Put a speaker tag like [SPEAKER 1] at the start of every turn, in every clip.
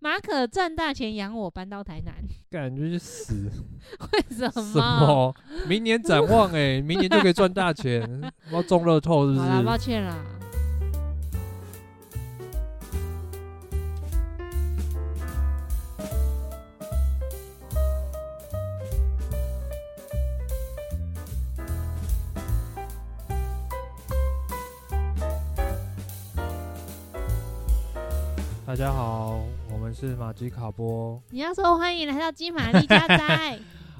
[SPEAKER 1] 马可赚大钱养我搬到台南，
[SPEAKER 2] 感觉去死
[SPEAKER 1] 为什么？
[SPEAKER 2] 什么？明年展望哎、明年就可以赚大 钱，要中乐透是不
[SPEAKER 1] 好啦，抱
[SPEAKER 2] 是？
[SPEAKER 1] 歉啦。
[SPEAKER 2] 大家好，我们是马吉卡波
[SPEAKER 1] 你要说欢迎来到金玛丽家宅，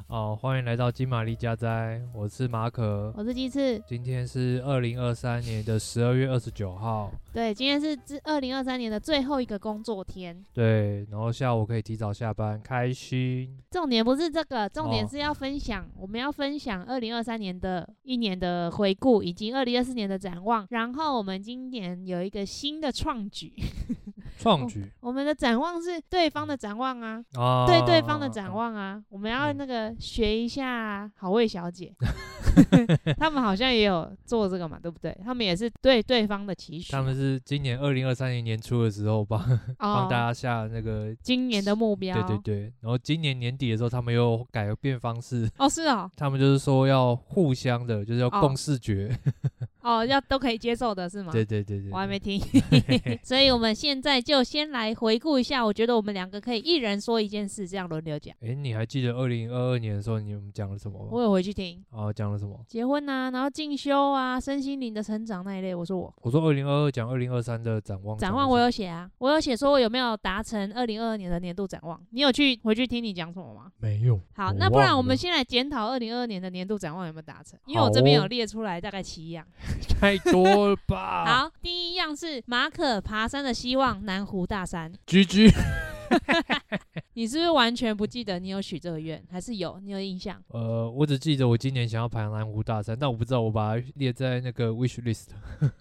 [SPEAKER 2] 哦，欢迎来到金玛丽家哉，我是马可。
[SPEAKER 1] 我是鸡翅。
[SPEAKER 2] 今天是二零二三年的十二月二十九号，
[SPEAKER 1] 对，今天是自二零二三年的最后一个工作天，
[SPEAKER 2] 对，然后下午可以提早下班，开心。
[SPEAKER 1] 重点不是这个，重点
[SPEAKER 2] 哦
[SPEAKER 1] 是要分享，我们要分享二零二三年的一年的回顾，以及二零二四年的展望。然后我们今年有一个新的创举， 哦
[SPEAKER 2] 创举、
[SPEAKER 1] 我们的展望是对方的展望啊，
[SPEAKER 2] 啊，
[SPEAKER 1] 对对方的展望啊，我们
[SPEAKER 2] 嗯
[SPEAKER 1] 要那个学一下好味小 姐，他们好像也有做这个嘛，对不对？他们也是对对方的期许，
[SPEAKER 2] 他们是今年二零二三年年初的时候帮、帮大
[SPEAKER 1] 哦，
[SPEAKER 2] 家下那个，
[SPEAKER 1] 今年的目标，
[SPEAKER 2] 对对对，然后今年年底的时候他们又改变方式，
[SPEAKER 1] 哦是哦，
[SPEAKER 2] 他们就是说要互相的，就是要
[SPEAKER 1] 哦
[SPEAKER 2] 共 视觉，
[SPEAKER 1] 哦要都可以接受的是吗？
[SPEAKER 2] 对对对对，
[SPEAKER 1] 我还没
[SPEAKER 2] 对
[SPEAKER 1] 听， 所以我们现在就先来回顾一下，我觉得我们两个可以一人说一件事，这样轮流讲。
[SPEAKER 2] 诶，你还记得二零二二年的时候你们讲了什么
[SPEAKER 1] 我
[SPEAKER 2] 吗？
[SPEAKER 1] 有回去听
[SPEAKER 2] 啊，讲了什么？
[SPEAKER 1] 结婚啊，然后进修啊，身心灵的成长那一类，我说我。
[SPEAKER 2] 我说二零二二讲二零二三的展望，
[SPEAKER 1] 展望我有写啊，我有写说我有没有达成二零二二年的年度展望。你有去回去听你讲什么吗？
[SPEAKER 2] 没有？
[SPEAKER 1] 好，
[SPEAKER 2] 我
[SPEAKER 1] 那不然
[SPEAKER 2] 忘
[SPEAKER 1] 我们
[SPEAKER 2] 了
[SPEAKER 1] 先来检讨二零二二年的年度展望有没有达成，因为我
[SPEAKER 2] 好
[SPEAKER 1] 这边
[SPEAKER 2] 哦
[SPEAKER 1] 有列出来大概七样。
[SPEAKER 2] 太多了吧？
[SPEAKER 1] 好，第一样是马可爬山的希望，南湖大山。
[SPEAKER 2] 居居，
[SPEAKER 1] 你是不是完全不记得你有许这个愿，还是有你有印象？
[SPEAKER 2] 呃，我只记得我今年想要爬南湖大山，但我不知道我把它列在那个 wish list。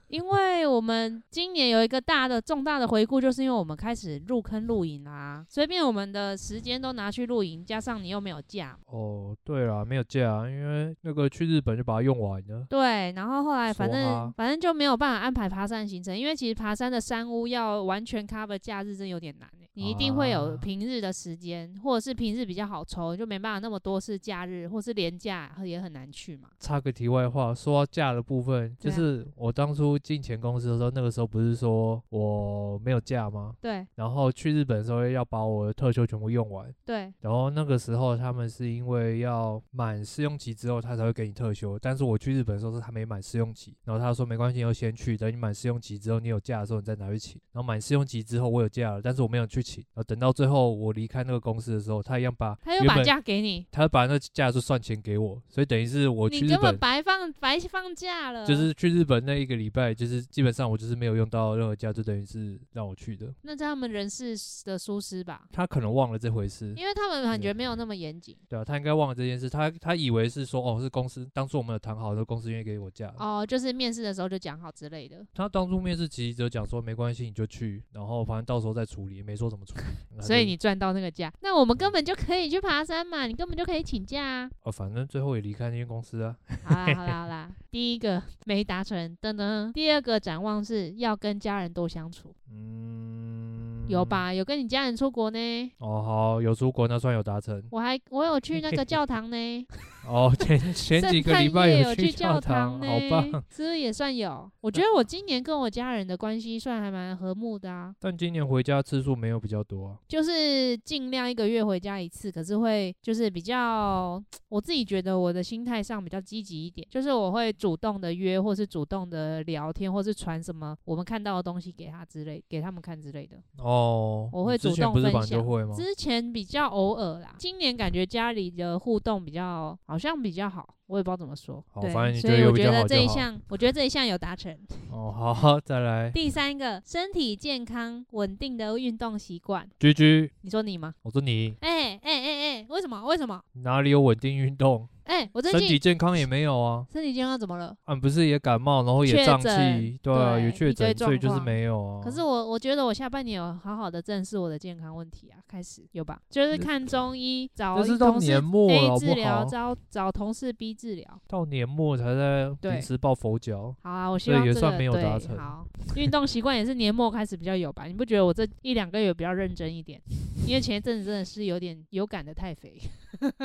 [SPEAKER 1] 因为我们今年有一个大的重大的回顾，就是因为我们开始入坑露营啦、随便我们的时间都拿去露营，加上你又没有假，
[SPEAKER 2] 哦，对啦，没有假啊，因为那个去日本就把它用完了。
[SPEAKER 1] 对，然后后来反
[SPEAKER 2] 说
[SPEAKER 1] 正
[SPEAKER 2] 哈
[SPEAKER 1] 反正就没有办法安排爬山行程，因为其实爬山的山屋要完全 cover 假日真有点难、欸、你一定会有
[SPEAKER 2] 啊
[SPEAKER 1] 平日的时间，或者是平日比较好抽，就没办法那么多是假日或是连假也很难去嘛。
[SPEAKER 2] 插个题外话，说到假的部分，就
[SPEAKER 1] 对啊
[SPEAKER 2] 是我当初进前公司的时候，那个时候不是说我没有假吗？
[SPEAKER 1] 对
[SPEAKER 2] 然后去日本的时候要把我的特休全部用完，
[SPEAKER 1] 对，
[SPEAKER 2] 然后那个时候他们是因为要满试用期之后，他才会给你特休。但是我去日本的时候是还没满试用期，然后他说没关系，你就先去，等你满试用期之后，你有假的时候你再拿去请。然后满试用期之后我有假了，但是我没有去请。然后等到最后我离开那个公司的时候，他一样把
[SPEAKER 1] 他又
[SPEAKER 2] 原
[SPEAKER 1] 把
[SPEAKER 2] 本
[SPEAKER 1] 假给你，
[SPEAKER 2] 他把那假就算钱给我，所以等于是我去
[SPEAKER 1] 你
[SPEAKER 2] 日
[SPEAKER 1] 根本
[SPEAKER 2] 本。
[SPEAKER 1] 白放白放假了，
[SPEAKER 2] 就是去日本那一个礼拜，就是基本上我就是没有用到任何假，就等于是让我去的。
[SPEAKER 1] 那是他们人事的疏失吧。
[SPEAKER 2] 他可能忘了这回事，
[SPEAKER 1] 因为他们感觉没有那么严谨
[SPEAKER 2] 对啊，他应该忘了这件事，他他以为是说哦，是公司当初我们有谈好，说公司愿意给我假。
[SPEAKER 1] 哦，就是面试的时候就讲好之类的，
[SPEAKER 2] 他当初面试其实只有讲说没关系，你就去，然后反正到时候再处理，也没说怎么处理。然后
[SPEAKER 1] 所以
[SPEAKER 2] 就
[SPEAKER 1] 你赚到那个假，那我们根本就可以去爬山嘛，你根本就可以请假啊！
[SPEAKER 2] 哦，反正最后也离开那间公司啊。
[SPEAKER 1] 好啦好啦好啦，第一个没达成，噔噔。第二个展望是要跟家人多相处，
[SPEAKER 2] 嗯，
[SPEAKER 1] 有？吧？有跟你家人出国呢，
[SPEAKER 2] 哦，好，有出国那算有达成。
[SPEAKER 1] 我还我有去那个教堂呢，
[SPEAKER 2] 哦，前 前
[SPEAKER 1] 圣
[SPEAKER 2] 几个
[SPEAKER 1] 诞
[SPEAKER 2] 礼拜
[SPEAKER 1] 夜
[SPEAKER 2] 去
[SPEAKER 1] 去
[SPEAKER 2] 教
[SPEAKER 1] 堂呢，
[SPEAKER 2] 好棒。
[SPEAKER 1] 是不是也算有？我觉得我今年跟我家人的关系算还蛮和睦的啊。
[SPEAKER 2] 但今年回家次数没有比较多啊。
[SPEAKER 1] 就是尽量一个月回家一次，可是会就是比较，我自己觉得我的心态上比较积极一点，就是我会主动的约，或是主动的聊天，或是传什么我们看到的东西给他之类，给他们看之类的。
[SPEAKER 2] 哦，
[SPEAKER 1] 我会
[SPEAKER 2] 之
[SPEAKER 1] 主
[SPEAKER 2] 前
[SPEAKER 1] 动
[SPEAKER 2] 不是
[SPEAKER 1] 分
[SPEAKER 2] 本来就
[SPEAKER 1] 享
[SPEAKER 2] 会吗？
[SPEAKER 1] 之前比较偶尔啦，今年感觉家里的互动比较好像比较好，我也不知道怎么说
[SPEAKER 2] 好。
[SPEAKER 1] 对，
[SPEAKER 2] 反正你
[SPEAKER 1] 所
[SPEAKER 2] 觉
[SPEAKER 1] 以
[SPEAKER 2] 得有
[SPEAKER 1] 我
[SPEAKER 2] 比
[SPEAKER 1] 觉
[SPEAKER 2] 较
[SPEAKER 1] 得
[SPEAKER 2] 好
[SPEAKER 1] 这
[SPEAKER 2] 就
[SPEAKER 1] 一
[SPEAKER 2] 好
[SPEAKER 1] 项，我觉得这一项有达成。
[SPEAKER 2] 哦，好好，再来，
[SPEAKER 1] 第三个，身体健康，稳定的运动习惯。
[SPEAKER 2] 居居，
[SPEAKER 1] 你说你吗？
[SPEAKER 2] 我说你
[SPEAKER 1] 哎哎哎哎，为什么？为什么？
[SPEAKER 2] 哪里有稳定运动？
[SPEAKER 1] 哎、我最
[SPEAKER 2] 身
[SPEAKER 1] 近
[SPEAKER 2] 体健康也没有啊。
[SPEAKER 1] 身体健康怎么了？
[SPEAKER 2] 啊，不是也感冒，然后也
[SPEAKER 1] 确
[SPEAKER 2] 胀气
[SPEAKER 1] 诊，
[SPEAKER 2] 对啊，
[SPEAKER 1] 对
[SPEAKER 2] 有
[SPEAKER 1] 一
[SPEAKER 2] 确
[SPEAKER 1] 堆
[SPEAKER 2] 诊，所以
[SPEAKER 1] 状
[SPEAKER 2] 就是
[SPEAKER 1] 况
[SPEAKER 2] 没有啊。
[SPEAKER 1] 可是我我觉得我下半年有好好的正视我的健康问题啊，开始有吧？就是看中医，找
[SPEAKER 2] 啊这是
[SPEAKER 1] 一
[SPEAKER 2] 到
[SPEAKER 1] 同事
[SPEAKER 2] 年末
[SPEAKER 1] A
[SPEAKER 2] 了好不
[SPEAKER 1] 治疗，
[SPEAKER 2] 好
[SPEAKER 1] 找找同事 B 治疗。
[SPEAKER 2] 到年末才在
[SPEAKER 1] 对
[SPEAKER 2] 临时抱佛脚，
[SPEAKER 1] 好啊，我希
[SPEAKER 2] 所以
[SPEAKER 1] 望
[SPEAKER 2] 也
[SPEAKER 1] 这个
[SPEAKER 2] 算没有
[SPEAKER 1] 对
[SPEAKER 2] 达成
[SPEAKER 1] 好，运动习惯也是年末开始比较有吧？你不觉得我这一两个月比较认真一点？因为前一阵子真的是有点有感的太肥，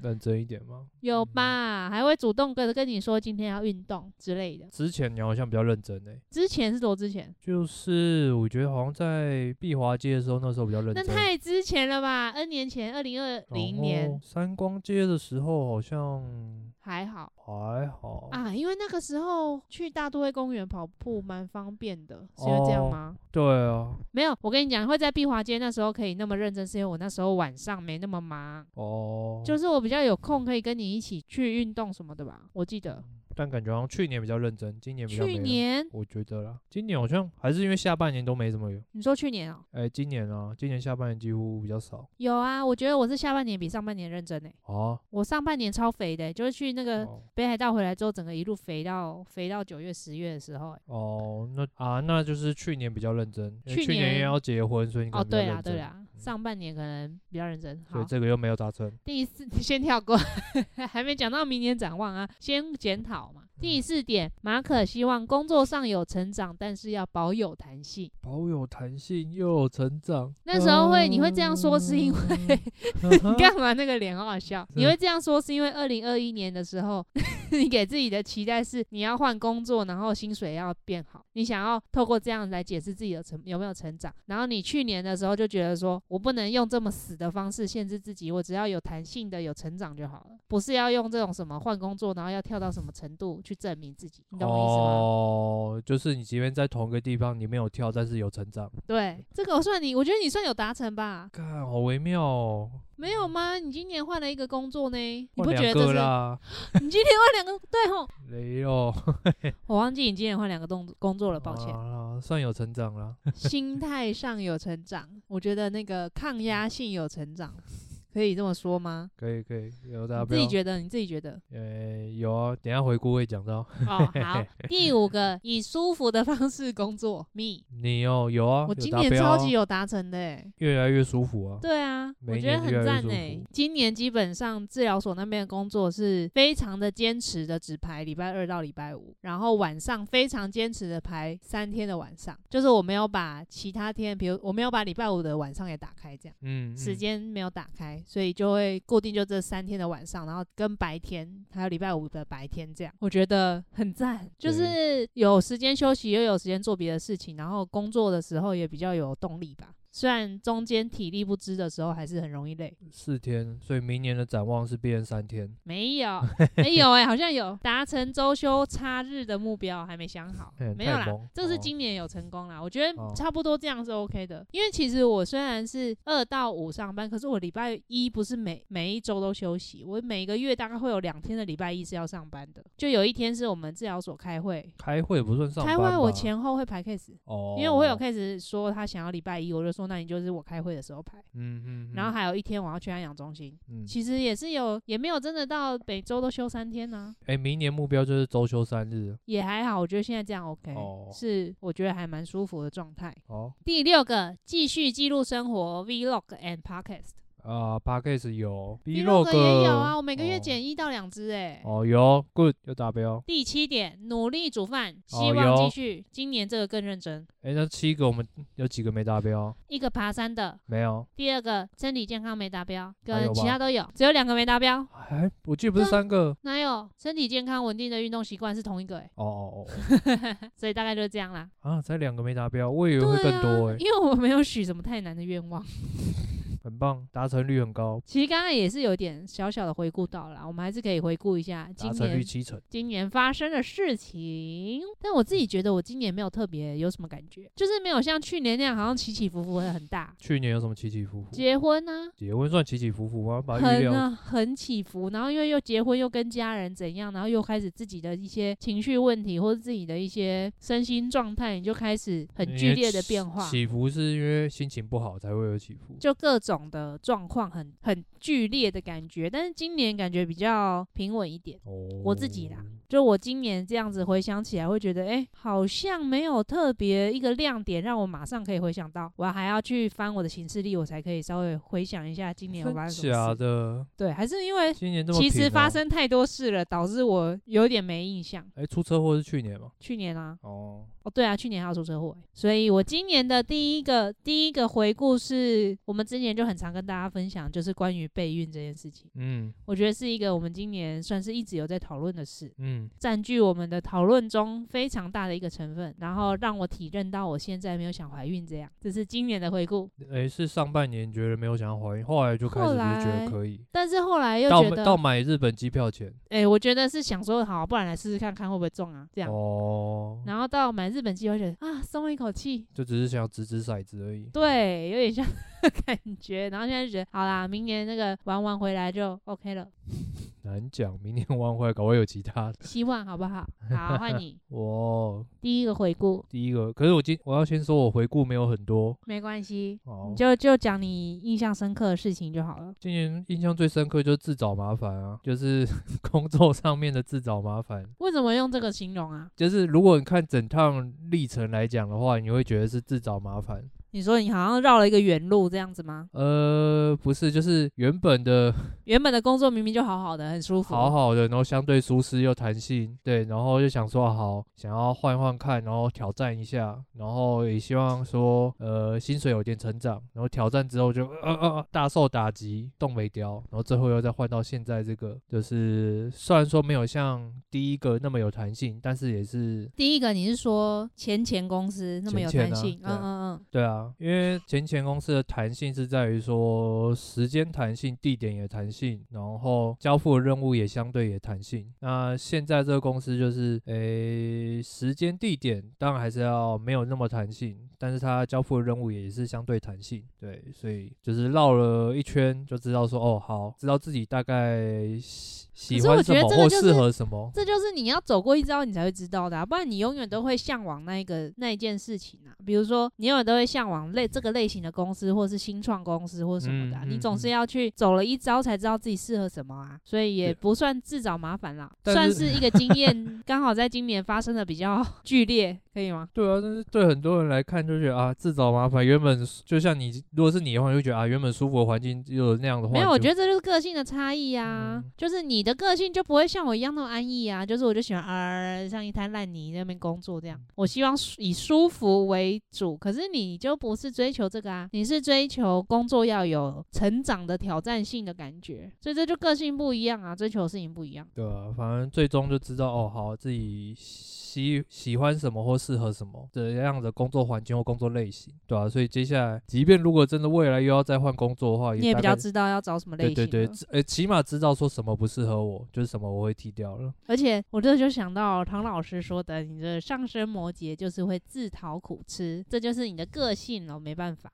[SPEAKER 2] 认真一点吗？
[SPEAKER 1] 有
[SPEAKER 2] 嗯
[SPEAKER 1] 吧？还会主动跟跟你说今天要运动之类的。
[SPEAKER 2] 之前你好像比较认真诶、
[SPEAKER 1] 之前是多之前？
[SPEAKER 2] 就是我觉得好像在碧华街的时候，那时候比较认
[SPEAKER 1] 那
[SPEAKER 2] 真。哦
[SPEAKER 1] 太之前了吧？N 年前，二零二零
[SPEAKER 2] 然
[SPEAKER 1] 年
[SPEAKER 2] 后三光街的时候好像
[SPEAKER 1] 还好
[SPEAKER 2] 还好，
[SPEAKER 1] 啊，因为那个时候去大都会公园跑步蛮方便的，是因为这样
[SPEAKER 2] 哦
[SPEAKER 1] 吗？
[SPEAKER 2] 对啊，
[SPEAKER 1] 没有，我跟你讲，会在碧华街那时候可以那么认真，是因为我那时候晚上没那么忙，
[SPEAKER 2] 哦，
[SPEAKER 1] 就是我比较有空可以跟你一起去运动什么的吧，我记得。
[SPEAKER 2] 但感觉好像去年比较认真，今年比较没
[SPEAKER 1] 去
[SPEAKER 2] 有
[SPEAKER 1] 年，
[SPEAKER 2] 我觉得啦，今年好像还是因为下半年都没怎么有，
[SPEAKER 1] 你说去年哦、
[SPEAKER 2] 哎、今年啊，今年下半年几乎比较少
[SPEAKER 1] 有啊，我觉得我是下半年比上半年认真诶、
[SPEAKER 2] 啊。
[SPEAKER 1] 我上半年超肥的欸、就是去那个
[SPEAKER 2] 哦
[SPEAKER 1] 北海道回来之后，整个一路肥到肥到九月、十月的时候欸、
[SPEAKER 2] 哦，那啊，那就是去年比较认真，因为
[SPEAKER 1] 去
[SPEAKER 2] 去年也
[SPEAKER 1] 年
[SPEAKER 2] 要结婚，所以你可
[SPEAKER 1] 哦，
[SPEAKER 2] 能比较
[SPEAKER 1] 对啦
[SPEAKER 2] 认真，嗯
[SPEAKER 1] 对啦，上半年可能比较认真。
[SPEAKER 2] 所以
[SPEAKER 1] 好，
[SPEAKER 2] 这个又没有达成。
[SPEAKER 1] 第四 先跳过，还没讲到明年展望啊，先检讨嘛。第四点，马可希望工作上有成长，但是要保有弹性。
[SPEAKER 2] 保有弹性又有成长， 嗯
[SPEAKER 1] 那时候会你会这样说是 因为
[SPEAKER 2] 为
[SPEAKER 1] 你 干嘛那个脸好好笑？你
[SPEAKER 2] 是
[SPEAKER 1] 会这样说是因为二零二一年的时候， 你给自己的期待是你要换工作，然后薪水要变好，你想要透过这样来解释自己的成有没有成长。然后你去年的时候就觉得说我不能用这么死的方式限制自己，我只要有弹性的有成长就好了，不是要用这种什么换工作，然后要跳到什么程度去证明自己，你懂我意思吗？
[SPEAKER 2] 哦，就是你即便在同一个地方，你没有跳，但是有成长，
[SPEAKER 1] 对，这个我算你，我觉得你算有达成吧？
[SPEAKER 2] 看好微妙哦。
[SPEAKER 1] 没有吗？你今年换了一个工作呢，你
[SPEAKER 2] 换
[SPEAKER 1] 不觉得
[SPEAKER 2] 两
[SPEAKER 1] 这
[SPEAKER 2] 个
[SPEAKER 1] 是？
[SPEAKER 2] 啦， 哦
[SPEAKER 1] 你今天换两个，对吼。
[SPEAKER 2] 没有，
[SPEAKER 1] 我忘记你今年换两个动工作了，抱 歉。
[SPEAKER 2] 啊算有成长啦。
[SPEAKER 1] 心态上有成长，我觉得那个抗压性有成长，可以这么说吗？
[SPEAKER 2] 可以可以，有大家
[SPEAKER 1] 你
[SPEAKER 2] 不
[SPEAKER 1] 自
[SPEAKER 2] 要
[SPEAKER 1] 己，觉得？你自己觉 得？
[SPEAKER 2] 呃，有啊，等一下回顾会讲到。
[SPEAKER 1] 哦，好。 第五个，以舒服的方式工作，me。
[SPEAKER 2] 你哦，有啊，
[SPEAKER 1] 我
[SPEAKER 2] 有
[SPEAKER 1] 今
[SPEAKER 2] 达
[SPEAKER 1] 年
[SPEAKER 2] 标啊
[SPEAKER 1] 超级有达成的、欸，
[SPEAKER 2] 越来越舒服啊。
[SPEAKER 1] 对啊，我
[SPEAKER 2] 每
[SPEAKER 1] 觉得
[SPEAKER 2] 年
[SPEAKER 1] 很
[SPEAKER 2] 越来越
[SPEAKER 1] 赞
[SPEAKER 2] 舒
[SPEAKER 1] 哎、
[SPEAKER 2] 服
[SPEAKER 1] 今年基本上治疗所那边的工作是非常的坚持的，只排礼拜二到礼拜五，然后晚上非常坚持的排三天的晚上，就是我没有把其他天，比如我没有把礼拜五的晚上也打开，这样
[SPEAKER 2] 嗯，嗯
[SPEAKER 1] 时间没有打开，所以就会固定就这三天的晚上，然后跟白天还有礼拜五的白天这样，我觉得很赞，就是有时间休息又有时间做别的事情，然后工作的时候也比较有动力吧。虽然中间体力不支的时候还是很容易累，
[SPEAKER 2] 四天，所以明年的展望是变三天。
[SPEAKER 1] 没 有，没有哎、好像有达成周休差日的目标，还没想好
[SPEAKER 2] 嗯，
[SPEAKER 1] 没有啦
[SPEAKER 2] 太猛，
[SPEAKER 1] 这是
[SPEAKER 2] 哦
[SPEAKER 1] 今年有成功啦，我觉得
[SPEAKER 2] 哦
[SPEAKER 1] 差不多这样是 OK 的，因为其实我虽然是二到五上班，可是我礼拜一不是每每一周都休息，我每个月大概会有两天的礼拜一是要上班的，就有一天是我们治疗所开会，
[SPEAKER 2] 开会不算上班
[SPEAKER 1] 开
[SPEAKER 2] 吧，
[SPEAKER 1] 会我前后会排 case，
[SPEAKER 2] 哦，
[SPEAKER 1] 因为我会有 case 说他想要礼拜一，我就说那你就是我开会的时候排，
[SPEAKER 2] 嗯，嗯嗯，
[SPEAKER 1] 然后还有一天我要去安养中心。
[SPEAKER 2] 嗯，
[SPEAKER 1] 其实也是有，也没有真的到每周都休三天呢、
[SPEAKER 2] 哎，明年目标就是周休三日。啊
[SPEAKER 1] 也还好，我觉得现在这样 OK，、
[SPEAKER 2] 哦
[SPEAKER 1] 是我觉得还蛮舒服的状态。
[SPEAKER 2] 哦
[SPEAKER 1] 第六个，继续记录生活，Vlog and Podcast。
[SPEAKER 2] 啊 p a c k a g e 有
[SPEAKER 1] Vlog 也有啊，我每个
[SPEAKER 2] 哦
[SPEAKER 1] 月剪一到两支哎。
[SPEAKER 2] 哦，有 good 有达标。
[SPEAKER 1] 第七点，努力煮饭，
[SPEAKER 2] 哦
[SPEAKER 1] 希望继
[SPEAKER 2] 有
[SPEAKER 1] 续。今年这个更认真。
[SPEAKER 2] 哎，那七个我们有几个没达标？啊
[SPEAKER 1] 一个爬山的，
[SPEAKER 2] 没有，
[SPEAKER 1] 第二个身体健康没达标，
[SPEAKER 2] 还
[SPEAKER 1] 跟
[SPEAKER 2] 有
[SPEAKER 1] 其
[SPEAKER 2] 吗
[SPEAKER 1] 他都有，只有两个没达标。
[SPEAKER 2] 哎，我记得不是
[SPEAKER 1] 对啊
[SPEAKER 2] 三个。
[SPEAKER 1] 哪有身体健康稳定的运动习惯是同一 个哎、
[SPEAKER 2] 哦哦哦
[SPEAKER 1] 所以大概就是这样啦。
[SPEAKER 2] 哦，啊，才两个没达标，我以为
[SPEAKER 1] 对
[SPEAKER 2] 会更多
[SPEAKER 1] 啊
[SPEAKER 2] 哎，，
[SPEAKER 1] 因为我没有许什么太难的愿望。
[SPEAKER 2] 很棒，达成率很高，
[SPEAKER 1] 其实刚刚也是有点小小的回顾到了啦，我们还是可以回顾一下今
[SPEAKER 2] 达成率
[SPEAKER 1] 年
[SPEAKER 2] 七成。
[SPEAKER 1] 今年发生的事情。但我自己觉得我今年没有特别有什么感觉，就是没有像去年那样好像起起伏伏的很大。
[SPEAKER 2] 去年有什么起起伏伏？
[SPEAKER 1] 结婚呢、
[SPEAKER 2] 结婚算起起伏伏吗？把预
[SPEAKER 1] 很
[SPEAKER 2] 料
[SPEAKER 1] 啊很起伏，然后因为又结婚又跟家人怎样，然后又开始自己的一些情绪问题或者自己的一些身心状态，你就开始很
[SPEAKER 2] 因
[SPEAKER 1] 剧
[SPEAKER 2] 为
[SPEAKER 1] 烈的
[SPEAKER 2] 起
[SPEAKER 1] 变化。
[SPEAKER 2] 起伏是因为心情不好才会有起伏。
[SPEAKER 1] 就各种的状况很很剧烈的感觉，但是今年感觉比较平稳一点。
[SPEAKER 2] 哦，
[SPEAKER 1] 我自己啦就我今年这样子回想起来，会觉得诶，好像没有特别一个亮点让我马上可以回想到。我还要去翻我的行事历，我才可以稍微回想一下今年我发生
[SPEAKER 2] 真
[SPEAKER 1] 什么
[SPEAKER 2] 假
[SPEAKER 1] 事。
[SPEAKER 2] 的？
[SPEAKER 1] 对，还是因为
[SPEAKER 2] 今年这啊么
[SPEAKER 1] 其实
[SPEAKER 2] 平
[SPEAKER 1] 发
[SPEAKER 2] 哦。
[SPEAKER 1] 生太多事了，导致我有点没印象。
[SPEAKER 2] 哎，出车祸是去年嘛？
[SPEAKER 1] 去年啊，
[SPEAKER 2] 哦，
[SPEAKER 1] 哦，对啊，去年还有出车祸欸，所以我今年的第一个第一个回顾是我们之前就就很常跟大家分享，就是关于备孕这件事情，
[SPEAKER 2] 嗯
[SPEAKER 1] 我觉得是一个我们今年算是一直有在讨论的事，
[SPEAKER 2] 嗯
[SPEAKER 1] 占据我们的讨论中非常大的一个成分，然后让我体认到我现在没有想怀孕这样，这是今年的回顾。
[SPEAKER 2] 诶、哎是上半年觉得没有想要怀孕，后来就开始
[SPEAKER 1] 后
[SPEAKER 2] 就觉
[SPEAKER 1] 来
[SPEAKER 2] 得可以，
[SPEAKER 1] 但是后来又
[SPEAKER 2] 到
[SPEAKER 1] 觉得，
[SPEAKER 2] 到买日本机票前
[SPEAKER 1] 哎、我觉得是想说好，不然来试试看看会不会中啊，这样。
[SPEAKER 2] 哦，
[SPEAKER 1] 然后到买日本机会觉得啊，松一口气，
[SPEAKER 2] 就只是想要掷掷骰子而已。
[SPEAKER 1] 对，有点像 感觉。然后现在就觉得好啦，明年那个玩完回来就 OK 了，
[SPEAKER 2] 难讲，明年 玩回来搞不好有其他的。
[SPEAKER 1] 希望好不好？好，换你
[SPEAKER 2] 我
[SPEAKER 1] 第一个回顾，
[SPEAKER 2] 第一个，可是我今我要先说，我回顾没有很多。
[SPEAKER 1] 没关系，
[SPEAKER 2] 哦
[SPEAKER 1] 你，就就讲你印象深刻的事情就好了。
[SPEAKER 2] 今年印象最深刻就是自找麻烦啊，就是 工作上面的自找麻烦。
[SPEAKER 1] 为什么用这个形容啊？
[SPEAKER 2] 就是如果你看整趟历程来讲的话，你会觉得是自找麻烦。
[SPEAKER 1] 你说你好像绕了一个远路这样子吗？
[SPEAKER 2] 呃，不是，就是原本的
[SPEAKER 1] 原本的工作明明就好好的，很舒服。
[SPEAKER 2] 好好的，然后相对舒适又弹性，对，然后就想说好，想要换换看，然后挑战一下，然后也希望说，呃，薪水有点成长，然后挑战之后就呃呃呃大受打击，动没掉，然后最后又再换到现在这个，就是虽然说没有像第一个那么有弹性，但是也是
[SPEAKER 1] 第一个你是说前前公司那么有
[SPEAKER 2] 前
[SPEAKER 1] 弹
[SPEAKER 2] 前
[SPEAKER 1] 性，
[SPEAKER 2] 啊对啊
[SPEAKER 1] 嗯嗯嗯，
[SPEAKER 2] 对啊，因为前前公司的弹性是在于说时间弹性、地点也弹性，然后交付的任务也相对也弹性。那现在这个公司就是，诶，时间、地点当然还是要没有那么弹性，但是它交付的任务也是相对弹性。对，所以就是绕了一圈就知道说，哦，好，知道自己大概喜喜
[SPEAKER 1] 可是我
[SPEAKER 2] 欢
[SPEAKER 1] 觉
[SPEAKER 2] 什
[SPEAKER 1] 得
[SPEAKER 2] 么
[SPEAKER 1] 这个
[SPEAKER 2] 或
[SPEAKER 1] 就是
[SPEAKER 2] 适合什么。
[SPEAKER 1] 这就是你要走过一遭，你才会知道的、啊，不然你永远都会向往那一个那一件事情啊。比如说，你永远都会向往类这个类型的公司，或是新创公司，或什么的啊、
[SPEAKER 2] 嗯嗯
[SPEAKER 1] 你总是
[SPEAKER 2] 嗯
[SPEAKER 1] 要去走了一遭，才知道自己适合什么啊。所以也
[SPEAKER 2] 对
[SPEAKER 1] 不算自找麻烦啦，
[SPEAKER 2] 但
[SPEAKER 1] 算是
[SPEAKER 2] 是
[SPEAKER 1] 一个经验， 刚好在今年发生的比较剧烈，可以吗？
[SPEAKER 2] 对啊，但是对很多人来看就觉得啊，自找麻烦。原本就像你，如果是你的话，你就觉得啊，原本舒服的环境有那样的话，
[SPEAKER 1] 没有，我觉
[SPEAKER 2] 得
[SPEAKER 1] 得这就是个性的差异啊、
[SPEAKER 2] 嗯
[SPEAKER 1] 就是你的个性就不会像我一样那么安逸啊，就是我就喜欢啊像一滩烂泥在那边工作这样。我希望舒以舒服为主，可是你就不是追求这个啊，你是追求工作要有成长的挑战性的感觉，所以这就个性不一样啊，追求的事情不一样。
[SPEAKER 2] 对啊，反正最终就知道哦，好，自己喜喜欢什么或适合什么这样的工作环境或工作类型，对啊，所以接下来，即便如果真的未来又要再换工作的话，
[SPEAKER 1] 你也
[SPEAKER 2] 哦大
[SPEAKER 1] 比较
[SPEAKER 2] 概
[SPEAKER 1] 知道要找什么类
[SPEAKER 2] 对
[SPEAKER 1] 型
[SPEAKER 2] 对对
[SPEAKER 1] 了，
[SPEAKER 2] 知呃，起码知道说什么不适合我，就是什么我会踢掉 了。
[SPEAKER 1] 而且我这就想到唐老师说的，你的上升摩羯就是会自讨苦吃，这就是你的个性哦了，没办法。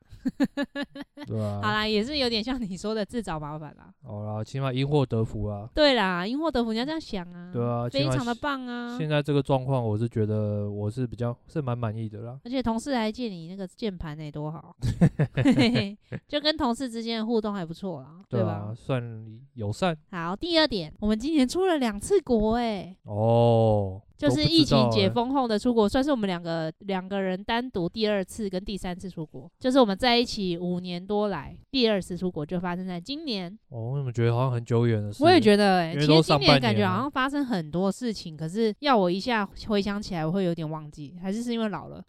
[SPEAKER 2] 对
[SPEAKER 1] 好
[SPEAKER 2] 啊，
[SPEAKER 1] 啦，也是有点像你说的自找麻烦啦。
[SPEAKER 2] 好啦，起码因祸得福啊。
[SPEAKER 1] 对啦，因祸得福，你要这样想啊。
[SPEAKER 2] 对啊
[SPEAKER 1] 非
[SPEAKER 2] 起码
[SPEAKER 1] 常的
[SPEAKER 2] 是
[SPEAKER 1] 棒啊。
[SPEAKER 2] 现在这个状况，我是觉得我是比较是蛮满意的啦。
[SPEAKER 1] 而且同事还借你那个键盘呢，多 好， 嘿嘿就跟同事之间的互动还不错啦，对吧
[SPEAKER 2] 啊，？算友善
[SPEAKER 1] 好，第二点，我们今年出了两次国哎、
[SPEAKER 2] 哦。
[SPEAKER 1] 就
[SPEAKER 2] 都
[SPEAKER 1] 是
[SPEAKER 2] 不知
[SPEAKER 1] 疫情
[SPEAKER 2] 道
[SPEAKER 1] 解
[SPEAKER 2] 欸，
[SPEAKER 1] 封后的出国，算是我们两个两个人单独第二次跟第三次出国，就是我们在一起五年多来第二次出国就发生在今年。
[SPEAKER 2] 哦，我怎么觉得好像很久远了？
[SPEAKER 1] 我也
[SPEAKER 2] 得，
[SPEAKER 1] 觉得、欸，
[SPEAKER 2] 因
[SPEAKER 1] 其
[SPEAKER 2] 为
[SPEAKER 1] 实
[SPEAKER 2] 都
[SPEAKER 1] 今
[SPEAKER 2] 上
[SPEAKER 1] 年
[SPEAKER 2] 半
[SPEAKER 1] 感觉
[SPEAKER 2] 年
[SPEAKER 1] 好
[SPEAKER 2] 了
[SPEAKER 1] 像发生很多事情，可是要我一下回想起来，我会有点忘记，还是是因为老了。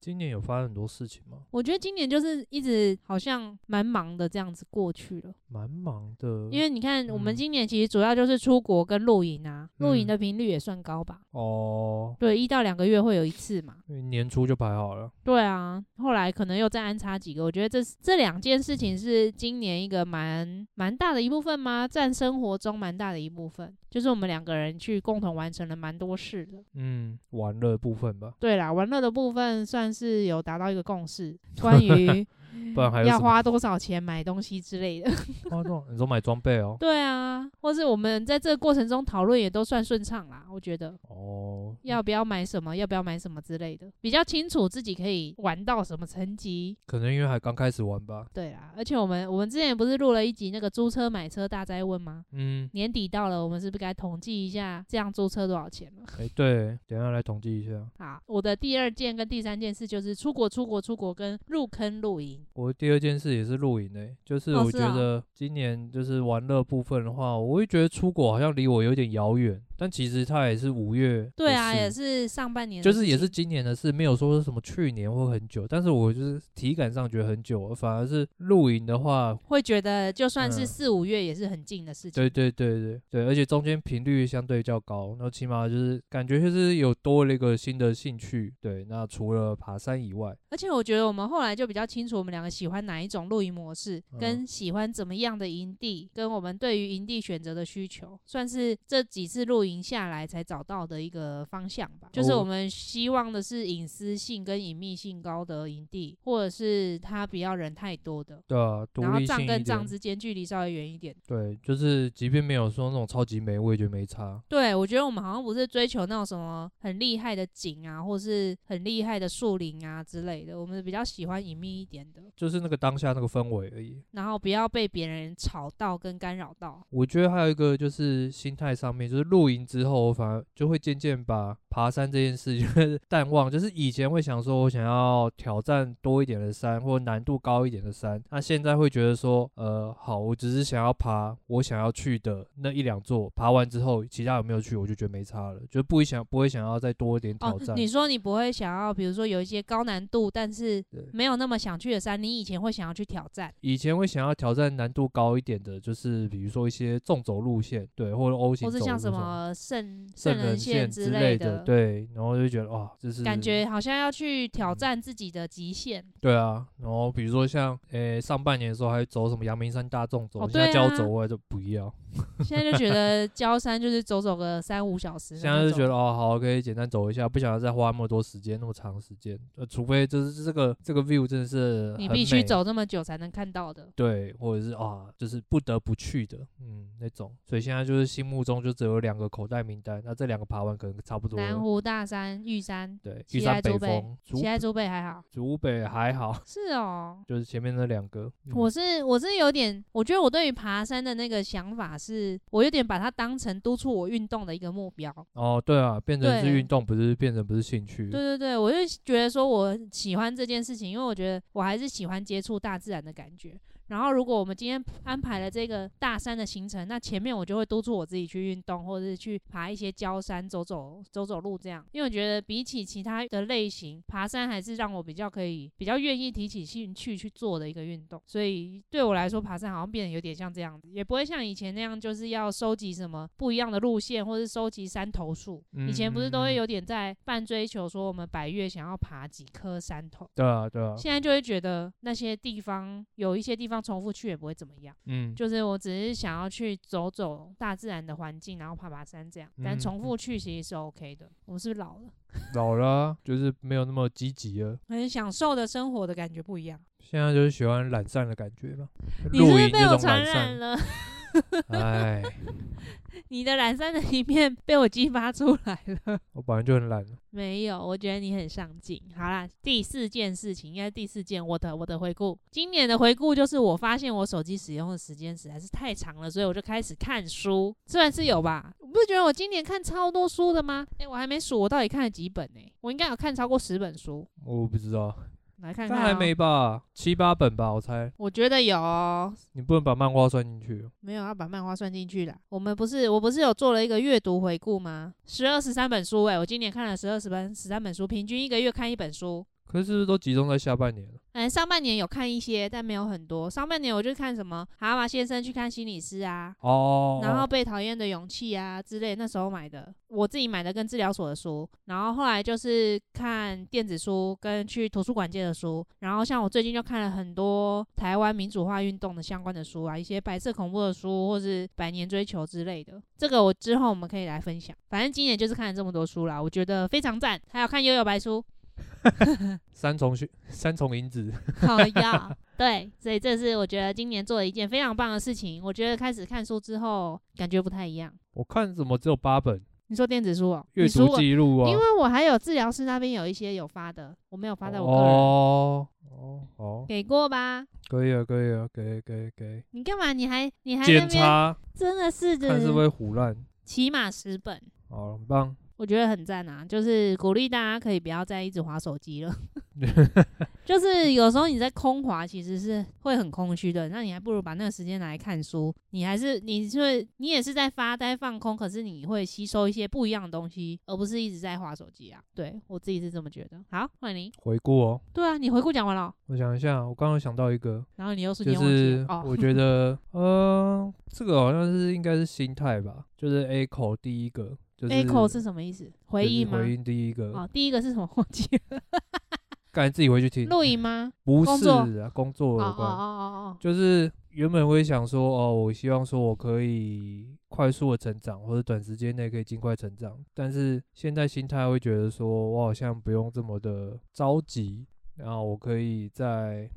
[SPEAKER 2] 今年有发生很多事情吗？
[SPEAKER 1] 我觉得今年就是一直好像蛮忙的这样子过去了，
[SPEAKER 2] 蛮忙的，
[SPEAKER 1] 因为你看我们
[SPEAKER 2] 嗯
[SPEAKER 1] 今年其实主要就是出国跟露营啊，露营
[SPEAKER 2] 嗯
[SPEAKER 1] 的频率也算高吧，
[SPEAKER 2] 哦，
[SPEAKER 1] 对，一到两个月会有一次嘛。
[SPEAKER 2] 因为年初就排好了。
[SPEAKER 1] 对啊，后来可能又再安插几个，我觉得这是这两件事情是今年一个蛮蛮大的一部分吗？占生活中蛮大的一部分，就是我们两个人去共同完成了蛮多事的。
[SPEAKER 2] 嗯，玩乐部分吧，
[SPEAKER 1] 对啦，玩乐的部分算是有达到一个共识， 关于
[SPEAKER 2] 不然还有
[SPEAKER 1] 要
[SPEAKER 2] 什么
[SPEAKER 1] 花多少钱买东西之类的。
[SPEAKER 2] 花多少？你说买装备哦？
[SPEAKER 1] 对啊，或是我们在这个过程中讨论也都算顺畅啦，我觉得。
[SPEAKER 2] 哦，
[SPEAKER 1] 要不要买什么？要不要买什么之类的，比较清楚自己可以玩到什么层级。
[SPEAKER 2] 可能因为还刚开始玩吧。
[SPEAKER 1] 对啦，而且我们我们之前不是录了一集那个租车买车大灾问吗？
[SPEAKER 2] 嗯，
[SPEAKER 1] 年底到了，我们是不是该统计一下这样租车多少钱了？
[SPEAKER 2] 哎，对，等一下来统计一下。
[SPEAKER 1] 好，我的第二件跟第三件事就是出国、出国、出国跟入坑露营。
[SPEAKER 2] 我第二件事也是露营诶，就是
[SPEAKER 1] 哦
[SPEAKER 2] 我
[SPEAKER 1] 是
[SPEAKER 2] 觉
[SPEAKER 1] 啊
[SPEAKER 2] 得今年就是玩乐部分的话，我会觉得出国好像离我有点遥远，但其实它也是五月的
[SPEAKER 1] 对啊，
[SPEAKER 2] 事
[SPEAKER 1] 也是上半年的
[SPEAKER 2] 就
[SPEAKER 1] 事情，
[SPEAKER 2] 是也是今年的事，没有说是什么去年或很久，但是我就是体感上觉得很久，反而是露营的话，
[SPEAKER 1] 会觉得就算是
[SPEAKER 2] 嗯
[SPEAKER 1] 四五月也是很近的事情。
[SPEAKER 2] 对对对对对，而且中间频率相对较高，那起码就是感觉就是有多了一个新的兴趣。对，那除了爬山以外，
[SPEAKER 1] 而且我觉得我们后来就比较清楚我们两个喜欢哪一种露营模式，
[SPEAKER 2] 嗯
[SPEAKER 1] 跟喜欢怎么样的营地，跟我们对于营地选择的需求，算是这几次露营下来才找到的一个方向吧。就是
[SPEAKER 2] 哦
[SPEAKER 1] 我们希望的是隐私性跟隐秘性高的营地，或者是它不要人太多的。
[SPEAKER 2] 对啊，独
[SPEAKER 1] 然后
[SPEAKER 2] 立性
[SPEAKER 1] 帐
[SPEAKER 2] 一
[SPEAKER 1] 跟帐
[SPEAKER 2] 点，
[SPEAKER 1] 之间距离稍微远一点。
[SPEAKER 2] 对，就是即便没有说那种超级美，我也觉得没差。
[SPEAKER 1] 对，我觉得我们好像不是追求那种什么很厉害的景啊，或是很厉害的树林啊之类的，我们比较喜欢隐秘一点的，
[SPEAKER 2] 就是那个当下那个氛围而已。
[SPEAKER 1] 然后不要被别人吵到跟干扰到。哦
[SPEAKER 2] 我觉得还有一个就是心态上面，就是露营之后，我反而就会渐渐把爬山这件事 就是淡忘。就是以前会想说我想要挑战多一点的山，或难度高一点的山，那现在会觉得说，呃，好，我只是想要爬我想要去的那一两座，爬完之后其他有没有去，我就觉得没差了，就不会想不会想要再多一点挑
[SPEAKER 1] 哦
[SPEAKER 2] 战。，
[SPEAKER 1] 你说你不会想要，比如说有一些高难度，但是
[SPEAKER 2] 对
[SPEAKER 1] 没有那么想去的山，你以前会想要去挑战。
[SPEAKER 2] 以前会想要挑战难度高一点的，就是比如说一些纵走路线，对，或者 O 型
[SPEAKER 1] 或
[SPEAKER 2] 走
[SPEAKER 1] 是
[SPEAKER 2] 路
[SPEAKER 1] 像
[SPEAKER 2] 什
[SPEAKER 1] 什
[SPEAKER 2] 么
[SPEAKER 1] 么圣
[SPEAKER 2] 圣
[SPEAKER 1] 人
[SPEAKER 2] 人线
[SPEAKER 1] 之
[SPEAKER 2] 类
[SPEAKER 1] 的，
[SPEAKER 2] 对，然后就觉得哇，就是
[SPEAKER 1] 感觉好像要去挑
[SPEAKER 2] 嗯
[SPEAKER 1] 战自己的极限。
[SPEAKER 2] 对啊，然后比如说像诶、上半年的时候还走什么阳明山大众走，
[SPEAKER 1] 哦
[SPEAKER 2] 现在
[SPEAKER 1] 对
[SPEAKER 2] 交
[SPEAKER 1] 啊
[SPEAKER 2] 走我也就不要，
[SPEAKER 1] 现在就觉得 焦山就是走走个三五小时的
[SPEAKER 2] 现
[SPEAKER 1] 那种，
[SPEAKER 2] 在就觉得哦好，可以简单走一下，不想要再花那么多时间那么长时间，呃，除非就是这个这个 view 真的是
[SPEAKER 1] 你
[SPEAKER 2] 很
[SPEAKER 1] 必须
[SPEAKER 2] 美，
[SPEAKER 1] 走这么久才能看到的。
[SPEAKER 2] 对，或者是啊就是不得不去的，嗯那种，所以现在就是心目中就只有两个口袋名单，那这两个爬完可能差不多
[SPEAKER 1] 南
[SPEAKER 2] 了，
[SPEAKER 1] 湖、大山、玉山，
[SPEAKER 2] 对，
[SPEAKER 1] 西
[SPEAKER 2] 玉山
[SPEAKER 1] 来竹
[SPEAKER 2] 北
[SPEAKER 1] 北
[SPEAKER 2] 峰，竹
[SPEAKER 1] 其他竹北还好。
[SPEAKER 2] 竹北还好，
[SPEAKER 1] 是哦，
[SPEAKER 2] 就是前面那两个，嗯
[SPEAKER 1] 我是我是有点，我觉得我对于爬山的那个想法是，我有点把它当成督促我运动的一个目标。
[SPEAKER 2] 哦，对啊，变成是
[SPEAKER 1] 对
[SPEAKER 2] 运动，不是变成不是兴趣。
[SPEAKER 1] 对对对，我就觉得说我喜欢这件事情，因为我觉得我还是喜欢接触大自然的感觉。然后，如果我们今天安排了这个大山的行程，那前面我就会督促我自己去运动，或者是去爬一些郊山，走走走走路这样。因为我觉得比起其他的类型，爬山还是让我比较可以比较愿意提起兴趣去做的一个运动。所以对我来说，爬山好像变得有点像这样子，也不会像以前那样就是要收集什么不一样的路线，或是收集山头树。以前不是都
[SPEAKER 2] 嗯嗯
[SPEAKER 1] 会
[SPEAKER 2] 嗯
[SPEAKER 1] 有点在半追求说我们百越想要爬几颗山头，
[SPEAKER 2] 对啊，对啊，
[SPEAKER 1] 现在就会觉得那些地方有一些地方重复去也不会怎么样，
[SPEAKER 2] 嗯，
[SPEAKER 1] 就是我只是想要去走走大自然的环境，然后爬爬山这样，但
[SPEAKER 2] 嗯
[SPEAKER 1] 重复去其实是 OK 的。我们是不是老了？
[SPEAKER 2] 老了啊、就是没有那么积极了。
[SPEAKER 1] 很享受的生活的感觉不一样。
[SPEAKER 2] 现在就是喜欢懒散的感觉嘛，
[SPEAKER 1] 你是
[SPEAKER 2] 露
[SPEAKER 1] 不是
[SPEAKER 2] 营
[SPEAKER 1] 被
[SPEAKER 2] 那
[SPEAKER 1] 我
[SPEAKER 2] 种
[SPEAKER 1] 传
[SPEAKER 2] 懒
[SPEAKER 1] 染
[SPEAKER 2] 散，
[SPEAKER 1] 了？
[SPEAKER 2] 哎，
[SPEAKER 1] 你的懒散的一面被我激发出来了。
[SPEAKER 2] 我本来就很懒，
[SPEAKER 1] 没有，我觉得你很上进。好啦，第四件事情应该是第四件，我的我的回顾，今年的回顾就是我发现我手机使用的时间实在是太长了，所以我就开始看书，虽然是有吧，我不觉得我今年看超多书的吗？诶、我还没数我到底看了几本呢、我应该有看超过十本书，
[SPEAKER 2] 我不知道，
[SPEAKER 1] 来看
[SPEAKER 2] 那
[SPEAKER 1] 看、
[SPEAKER 2] 还没，吧，七八本吧，我猜。
[SPEAKER 1] 我觉得有哦、
[SPEAKER 2] 你不能把漫画算进去，哦
[SPEAKER 1] 没有要把漫画算进去啦。我们不是，我不是有做了一个阅读回顾吗？十二十三本书诶、我今年看了十二十本十三本书，平均一个月看一本书。
[SPEAKER 2] 可是是不是都集中在下半年了？
[SPEAKER 1] 嗯，上半年有看一些，但没有很多。上半年我就看什么《蛤蟆先生去看心理师》啊，
[SPEAKER 2] 哦，
[SPEAKER 1] 然后被讨厌的勇气啊之类，那时候买的，我自己买的跟治疗所的书，然后后来就是看电子书跟去图书馆借的书，然后像我最近就看了很多台湾民主化运动的相关的书啊，一些白色恐怖的书或是百年追求之类的，这个我之后我们可以来分享。反正今年就是看了这么多书啦，我觉得非常赞。还有看《悠悠白书》，
[SPEAKER 2] 三重训，三重银子，
[SPEAKER 1] 好呀，啊 对，所以这是我觉得今年做了一件非常棒的事情。我觉得开始看书之后感觉不太一样。
[SPEAKER 2] 我看怎么只有八本
[SPEAKER 1] 你说电子书哦，
[SPEAKER 2] 阅
[SPEAKER 1] 你说
[SPEAKER 2] 读
[SPEAKER 1] 我
[SPEAKER 2] 记录啊
[SPEAKER 1] 因，为我还有治疗师那边有一些有发的，我没有发在我个人、
[SPEAKER 2] 哦哦哦，
[SPEAKER 1] 给过吧。
[SPEAKER 2] 可以啊，可以啊，可以可以可以，
[SPEAKER 1] 你干嘛？你还你还那
[SPEAKER 2] 检
[SPEAKER 1] 边
[SPEAKER 2] 查
[SPEAKER 1] 真的是的
[SPEAKER 2] 看是不，是会胡乱，哦
[SPEAKER 1] 起码十本。
[SPEAKER 2] 好，很棒。
[SPEAKER 1] 我觉得很赞啊，就是鼓励大家可以不要再一直划手机 了。就是有时候你在空滑，其实是会很空虚的。那你还不如把那个时间拿来看书，你还是你是你也是在发呆放空，可是你会吸收一些不一样的东西，而不是一直在划手机啊。对我自己是这么觉得。好，欢迎你。
[SPEAKER 2] 回顾哦，
[SPEAKER 1] 对啊，你回顾讲完了，
[SPEAKER 2] 我想一下，我刚刚想到一个，
[SPEAKER 1] 然后你又瞬
[SPEAKER 2] 就
[SPEAKER 1] 间忘记了
[SPEAKER 2] 是
[SPEAKER 1] 哦，
[SPEAKER 2] 我觉得，呃，这个好像是应该是心态吧，就是 A 口第一个，就是
[SPEAKER 1] echo 是什么意思？回
[SPEAKER 2] 就是
[SPEAKER 1] 忆吗？
[SPEAKER 2] 回应第一个，
[SPEAKER 1] 哦，第一个是什么？忘记了
[SPEAKER 2] 刚才自己回去听，
[SPEAKER 1] 露营吗？
[SPEAKER 2] 不
[SPEAKER 1] 工
[SPEAKER 2] 是
[SPEAKER 1] 作
[SPEAKER 2] 啊，工
[SPEAKER 1] 哦
[SPEAKER 2] 作有
[SPEAKER 1] 哦哦
[SPEAKER 2] 关，
[SPEAKER 1] 哦哦，
[SPEAKER 2] 就是原本我也想说，哦，我希望说我可以快速的成长，或者短时间内可以尽快成长。但是现在心态会觉得说，我好像不用这么的着急，然后我可以在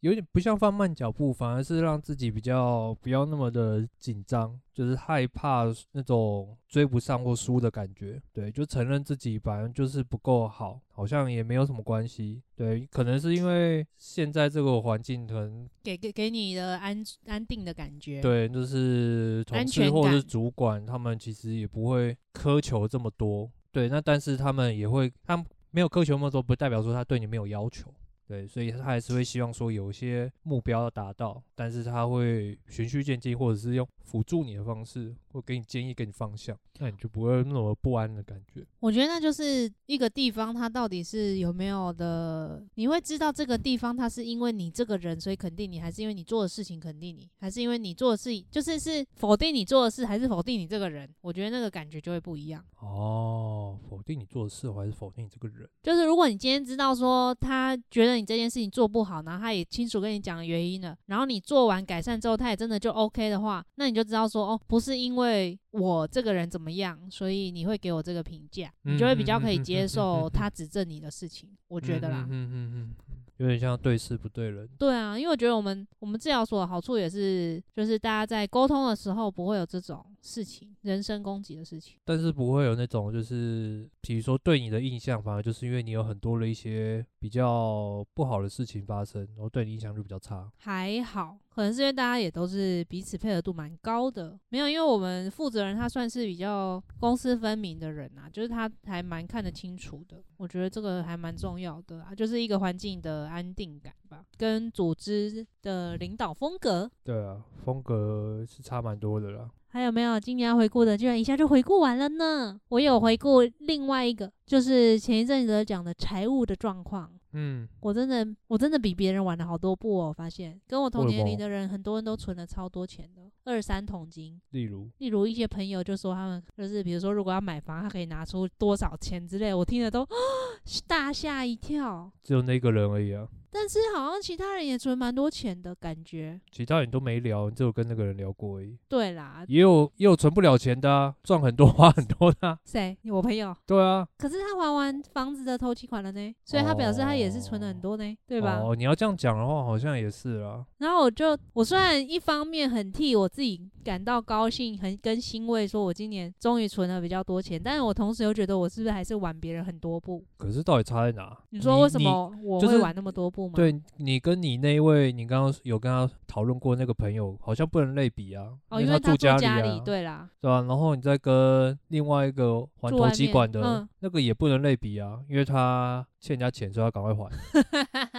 [SPEAKER 2] 有点不像放慢脚步，反而是让自己比较不要那么的紧张，就是害怕那种追不上或输的感觉。对，就承认自己反正就是不够好，好像也没有什么关系。对，可能是因为现在这个环境可能
[SPEAKER 1] 给给给你的安安定的感觉。
[SPEAKER 2] 对，就是同
[SPEAKER 1] 安
[SPEAKER 2] 事
[SPEAKER 1] 全
[SPEAKER 2] 或者是
[SPEAKER 1] 感
[SPEAKER 2] 主管，他们其实也不会苛求这么多。对，那但是他们也会，他们没有苛求那么多，不代表说他对你没有要求。对，所以他还是会希望说有一些目标要达到，但是他会循序渐进，或者是用辅助你的方式，或给你建议，给你方向，那你就不会那么不安的感觉。
[SPEAKER 1] 我觉得那就是一个地方，它到底是有没有的，你会知道这个地方它是因为你这个人所以肯定你，还是因为你做的事情肯定你，还是因为你做的事情就是是否定你做的事，还是否定你这个人？我觉得那个感觉就会不一样。
[SPEAKER 2] 哦，否定你做的事，还是否定你这个人？
[SPEAKER 1] 就是如果你今天知道说他觉得你这件事情做不好，然后他也清楚跟你讲原因了，然后你做完改善之后，他也真的就 OK 的话，那你就知道说哦，不是因为我这个人怎么样，所以你会给我这个评价，
[SPEAKER 2] 嗯
[SPEAKER 1] 你就会比较可以
[SPEAKER 2] 嗯嗯嗯
[SPEAKER 1] 接
[SPEAKER 2] 嗯嗯
[SPEAKER 1] 受
[SPEAKER 2] 嗯
[SPEAKER 1] 他指正你的事情。我
[SPEAKER 2] 我
[SPEAKER 1] 觉得啦，
[SPEAKER 2] 嗯嗯嗯嗯，有点像对事不对人。
[SPEAKER 1] 对啊，因为我觉得我们我们治疗所的好处也是，就是大家在沟通的时候不会有这种事情，人身攻击的事情。
[SPEAKER 2] 但是不会有那种就是，比如说对你的印象，反而就是因为你有很多的一些比较不好的事情发生，然后对你印象就比较差。
[SPEAKER 1] 还好，可能是因为大家也都是彼此配合度蛮高的。没有，因为我们负责人他算是比较公私分明的人啊，就是他还蛮看得清楚的。我觉得这个还蛮重要的啊，就是一个环境的安定感吧，跟组织的领导风格。
[SPEAKER 2] 对啊，风格是差蛮多的啦。
[SPEAKER 1] 还有没有今年要回顾的？居然一下就回顾完了呢！我有回顾另外一个，就是前一阵子讲的财务的状况。
[SPEAKER 2] 嗯，
[SPEAKER 1] 我真的，我真的比别人晚了好多步哦。我发现跟我同
[SPEAKER 2] 为什
[SPEAKER 1] 年龄
[SPEAKER 2] 么
[SPEAKER 1] 的人，很多人都存了超多钱的，二三桶金。
[SPEAKER 2] 例如，
[SPEAKER 1] 例如一些朋友就说他们就是，比如说如果要买房，他可以拿出多少钱之类，我听了都 大吓一跳。
[SPEAKER 2] 只有那个人而已啊，
[SPEAKER 1] 但是好像其他人也存蛮多钱的感觉。
[SPEAKER 2] 其他人都没聊，你只有跟那个人聊过而已。
[SPEAKER 1] 对啦，
[SPEAKER 2] 也有也有存不了钱的、啊，赚很多 花很多的、啊。
[SPEAKER 1] 谁？我朋友。
[SPEAKER 2] 对啊，
[SPEAKER 1] 可是他还完房子的头期款了呢，所以他表示他也是存了很多呢，对吧？
[SPEAKER 2] 哦，你要这样讲的话，好像也是啦。
[SPEAKER 1] 然后我就，我虽然一方面很替我自己感到高兴，很跟欣慰，说我今年终于存了比较多钱，但是我同时又觉得我是不是还是晚别人很多步？
[SPEAKER 2] 可是到底差在哪？
[SPEAKER 1] 你说为什
[SPEAKER 2] 你
[SPEAKER 1] 么我
[SPEAKER 2] 就是
[SPEAKER 1] 会晚那么多步吗？
[SPEAKER 2] 对你跟你那一位，你刚刚有跟他讨论过那个朋友，好像不能类比啊，
[SPEAKER 1] 哦，因
[SPEAKER 2] 因为
[SPEAKER 1] 为
[SPEAKER 2] 住
[SPEAKER 1] 住
[SPEAKER 2] 家
[SPEAKER 1] 家
[SPEAKER 2] 啊，
[SPEAKER 1] 对啦，
[SPEAKER 2] 对吧、然后你再跟另外一个还
[SPEAKER 1] 住
[SPEAKER 2] 投
[SPEAKER 1] 外
[SPEAKER 2] 机
[SPEAKER 1] 面
[SPEAKER 2] 馆的、
[SPEAKER 1] 嗯
[SPEAKER 2] 那个也不能类比啊，因为他欠人家钱，所以他赶快还。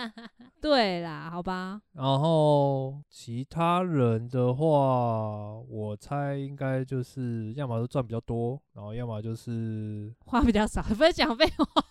[SPEAKER 1] 对啦，好吧，
[SPEAKER 2] 然后其他人的话，我猜应该就是要么就赚比较多，然后要么就是
[SPEAKER 1] 花比较少，不是讲废话，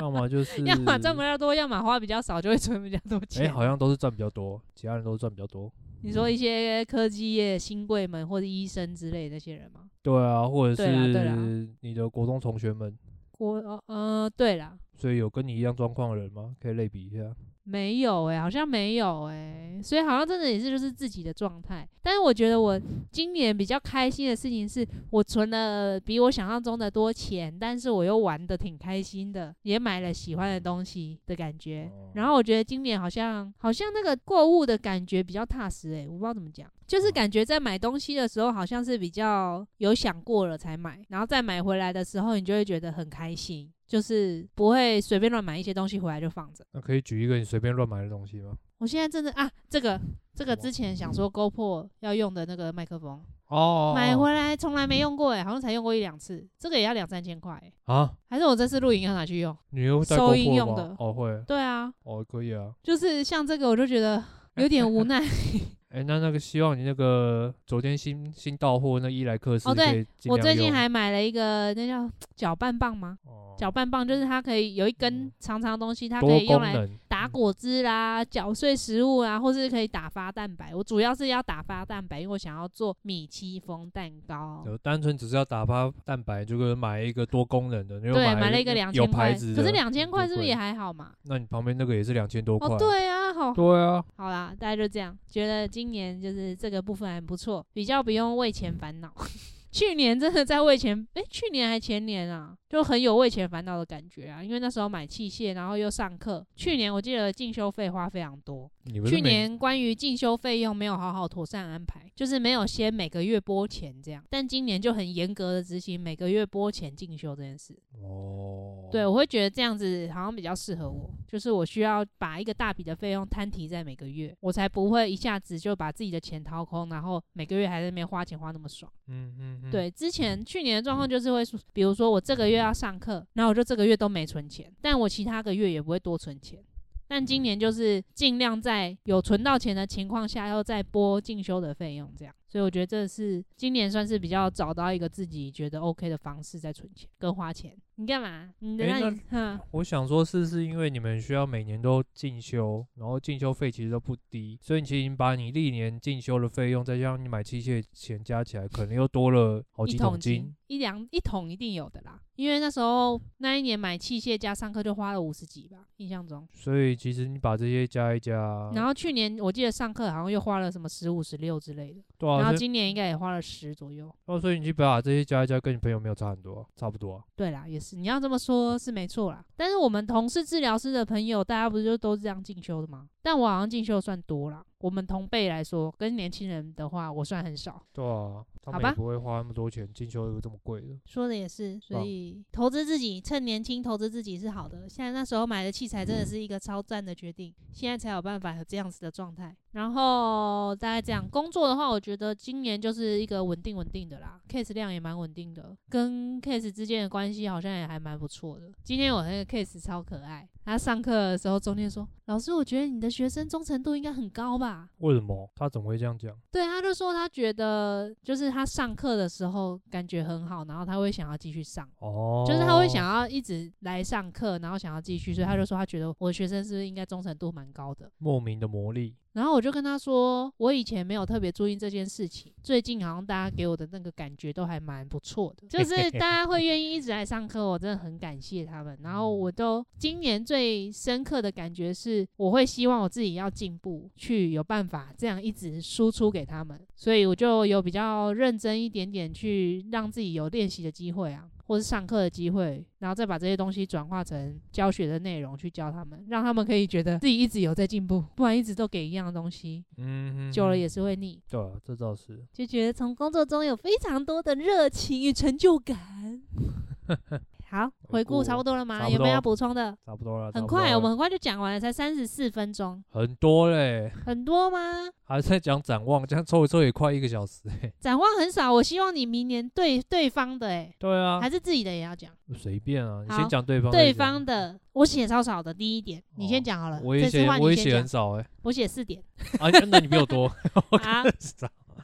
[SPEAKER 2] 要么就 是
[SPEAKER 1] 要么赚比较多，要么花比较少，就会存比较多
[SPEAKER 2] 哎、
[SPEAKER 1] 钱。
[SPEAKER 2] 好像都是赚比较多，其他人都是赚比较多。
[SPEAKER 1] 你说一些科技业新贵们或者医生之类那些人吗？
[SPEAKER 2] 对啊，或者
[SPEAKER 1] 对啦对啦
[SPEAKER 2] 是你的国中同学们。
[SPEAKER 1] 我呃呃，对啦，
[SPEAKER 2] 所以有跟你一样状况的人吗？可以类比一下。
[SPEAKER 1] 没有欸诶、好像没有诶、所以好像真的也是就是自己的状态。但是我觉得我今年比较开心的事情是我存了比我想象中的多钱，但是我又玩的挺开心的，也买了喜欢的东西的感觉。然后我觉得今年好像好像那个购物的感觉比较踏实诶、我不知道怎么讲，就是感觉在买东西的时候好像是比较有想过了才买，然后再买回来的时候你就会觉得很开心，就是不会随便乱买一些东西回来就放着。
[SPEAKER 2] 那可以举一个你随便乱买的东西吗？
[SPEAKER 1] 我现在真的啊，这个这个
[SPEAKER 2] 什么
[SPEAKER 1] 之前想说 GoPro 要用的那个麦克风，
[SPEAKER 2] 哦哦，
[SPEAKER 1] 买
[SPEAKER 2] 哦
[SPEAKER 1] 回来从来没用过哎、好像才用过一两次，这个也要两三千块、欸，
[SPEAKER 2] 啊，
[SPEAKER 1] 还是我这次露营要拿去用？
[SPEAKER 2] 你又带
[SPEAKER 1] 收
[SPEAKER 2] GoPro
[SPEAKER 1] 音用
[SPEAKER 2] 吗
[SPEAKER 1] 的
[SPEAKER 2] 哦会
[SPEAKER 1] 对啊，
[SPEAKER 2] 哦可以啊，
[SPEAKER 1] 就是像这个我就觉 得有点无奈。
[SPEAKER 2] 哎、那那个希望你那个昨天新新到货那伊莱克斯
[SPEAKER 1] 哦对
[SPEAKER 2] 可以尽
[SPEAKER 1] 我
[SPEAKER 2] 量
[SPEAKER 1] 最近
[SPEAKER 2] 用
[SPEAKER 1] 还买了一个那叫搅拌棒吗？
[SPEAKER 2] 哦
[SPEAKER 1] 搅拌棒就是它可以有一根
[SPEAKER 2] 嗯
[SPEAKER 1] 长长的东西，它可
[SPEAKER 2] 多
[SPEAKER 1] 以用
[SPEAKER 2] 功
[SPEAKER 1] 来
[SPEAKER 2] 能嗯
[SPEAKER 1] 打果汁啦、搅碎食物啊，或是可以打发蛋白。我主要是要打发蛋白，因为我想要做米戚风蛋糕。
[SPEAKER 2] 有单纯只是要打发蛋白，就跟买一个多功能的，你又
[SPEAKER 1] 对，
[SPEAKER 2] 买
[SPEAKER 1] 买了一个两
[SPEAKER 2] 有
[SPEAKER 1] 千
[SPEAKER 2] 牌
[SPEAKER 1] 块，
[SPEAKER 2] 子
[SPEAKER 1] 可是
[SPEAKER 2] 的
[SPEAKER 1] 两千块是不是也
[SPEAKER 2] 很
[SPEAKER 1] 还好嘛？
[SPEAKER 2] 那你旁边那个也是两千多块、
[SPEAKER 1] 哦，对啊，好，
[SPEAKER 2] 对啊，
[SPEAKER 1] 好啦，大家就这样，觉得今年就是这个部分还不错，比较不用为钱烦恼。 去年真的在为钱，诶、去年还前年啊，就很有为钱烦恼的感觉啊，因为那时候买器械，然后又上课。去年我记得进修费花非常多，
[SPEAKER 2] 你不是
[SPEAKER 1] 去
[SPEAKER 2] 每
[SPEAKER 1] 年关于进修费用没有好好妥善安排，就是没有先每个月拨钱这样，但今年就很严格的执行每个月拨钱进修这件事。
[SPEAKER 2] 哦，
[SPEAKER 1] 对，我会觉得这样子好像比较适合我，就是我需要把一个大笔的费用摊提在每个月，我才不会一下子就把自己的钱掏空，然后每个月还在那边花钱花那么爽。
[SPEAKER 2] 嗯，嗯嗯，
[SPEAKER 1] 对，之前去年的状况就是会说，比如说我这个月要上课，然后我就这个月都没存钱，但我其他个月也不会多存钱。但
[SPEAKER 2] 嗯
[SPEAKER 1] 今年就是尽量在有存到钱的情况下，要再拨进修的费用，这样。所以我觉得这是今年算是比较找到一个自己觉得 OK 的方式，在存钱跟花钱。你干嘛？你的
[SPEAKER 2] 诶
[SPEAKER 1] 让你哼
[SPEAKER 2] 我想说，是是因为你们需要每年都进修，然后进修费其实都不低，所以你其实已经把你历年进修的费用，再加上你买器械钱加起来，可能又多了好
[SPEAKER 1] 一
[SPEAKER 2] 几
[SPEAKER 1] 桶
[SPEAKER 2] 金
[SPEAKER 1] 金。，一两一桶一定有的啦。因为那时候那一年买器械加上课就花了五十几吧，印象中。
[SPEAKER 2] 所以其实你把这些加一加，
[SPEAKER 1] 然后去年我记得上课好像又花了什么十五、十六之类的，
[SPEAKER 2] 对啊，
[SPEAKER 1] 然后
[SPEAKER 2] 所以
[SPEAKER 1] 今年应该也花了十左右。
[SPEAKER 2] 哦所以你去把这些加一加，跟你朋友没有差很多啊、差不多、啊。
[SPEAKER 1] 对啦，也是你要这么说，是没错啦。但是我们同是治疗师的朋友，大家不是就都这样进修的吗？但我好像进修算多啦。我们同辈来说，跟年轻人的话，我算很少。
[SPEAKER 2] 对啊，他
[SPEAKER 1] 好
[SPEAKER 2] 们也
[SPEAKER 1] 吧
[SPEAKER 2] 不会花那么多钱进修一个这么贵的。
[SPEAKER 1] 说的也是，所
[SPEAKER 2] 吧
[SPEAKER 1] 以投资自己，趁年轻投资自己是好的。现在那时候买的器材真的是一个超赞的决定，现在才有办法有这样子的状态。然后大概这样，工作的话，我觉得今年就是一个稳定稳定的啦，case 量也蛮稳定的，跟 case 之间的关系好像也还蛮不错的。今天我那个 case 超可爱，他上课的时候中间说：“老师，我觉得你的学生忠诚度应该很高吧？”
[SPEAKER 2] 为什么？他怎么会这样讲？
[SPEAKER 1] 对，他就说他觉得就是他上课的时候感觉很好，然后他会想要继续上，
[SPEAKER 2] 哦，
[SPEAKER 1] 就是他会想要一直来上课，然后想要继续，所以他就说他觉得我的学生是不是应该忠诚度蛮高的。
[SPEAKER 2] 莫名的魔力。
[SPEAKER 1] 然后我就跟他说，我以前没有特别注意这件事情，最近好像大家给我的那个感觉都还蛮不错的，就是大家会愿意一直来上课，我真的很感谢他们。然后我都今年最深刻的感觉是，我会希望我自己要进步，去有办法这样一直输出给他们，所以我就有比较认真一点点去让自己有练习的机会啊。或是上课的机会，然后再把这些东西转化成教学的内容去教他们，让他们可以觉得自己一直有在进步，不然一直都给一样的东西，
[SPEAKER 2] 嗯，
[SPEAKER 1] 久了
[SPEAKER 2] 哼
[SPEAKER 1] 也是会腻，
[SPEAKER 2] 对啊，这倒是。
[SPEAKER 1] 就觉得从工作中有非常多的热情与成就 感。好，回顾差不多了
[SPEAKER 2] 差
[SPEAKER 1] 吗？
[SPEAKER 2] 不
[SPEAKER 1] 有没有要
[SPEAKER 2] 多
[SPEAKER 1] 补充的？
[SPEAKER 2] 差不多了，差
[SPEAKER 1] 很
[SPEAKER 2] 不多
[SPEAKER 1] 快，啊
[SPEAKER 2] 了
[SPEAKER 1] 我们很快就讲完了，才三十四分钟，
[SPEAKER 2] 很多嘞，
[SPEAKER 1] 很多吗？
[SPEAKER 2] 还在讲展望，这样凑一凑也快一个小时、欸。
[SPEAKER 1] 展望很少，我希望你明年对对方的、欸，
[SPEAKER 2] 对啊
[SPEAKER 1] 还，是自己的也要讲。
[SPEAKER 2] 随便啊，你
[SPEAKER 1] 好
[SPEAKER 2] 先讲对方。
[SPEAKER 1] 对方，的我写超少的，第一点，你先
[SPEAKER 2] 哦
[SPEAKER 1] 讲好了。
[SPEAKER 2] 我也
[SPEAKER 1] 这次
[SPEAKER 2] 写，
[SPEAKER 1] 换
[SPEAKER 2] 我
[SPEAKER 1] 你
[SPEAKER 2] 也
[SPEAKER 1] 先
[SPEAKER 2] 写
[SPEAKER 1] 讲
[SPEAKER 2] 很少 哎、
[SPEAKER 1] 我写四 点。
[SPEAKER 2] 啊，那那你比 我多。
[SPEAKER 1] 啊，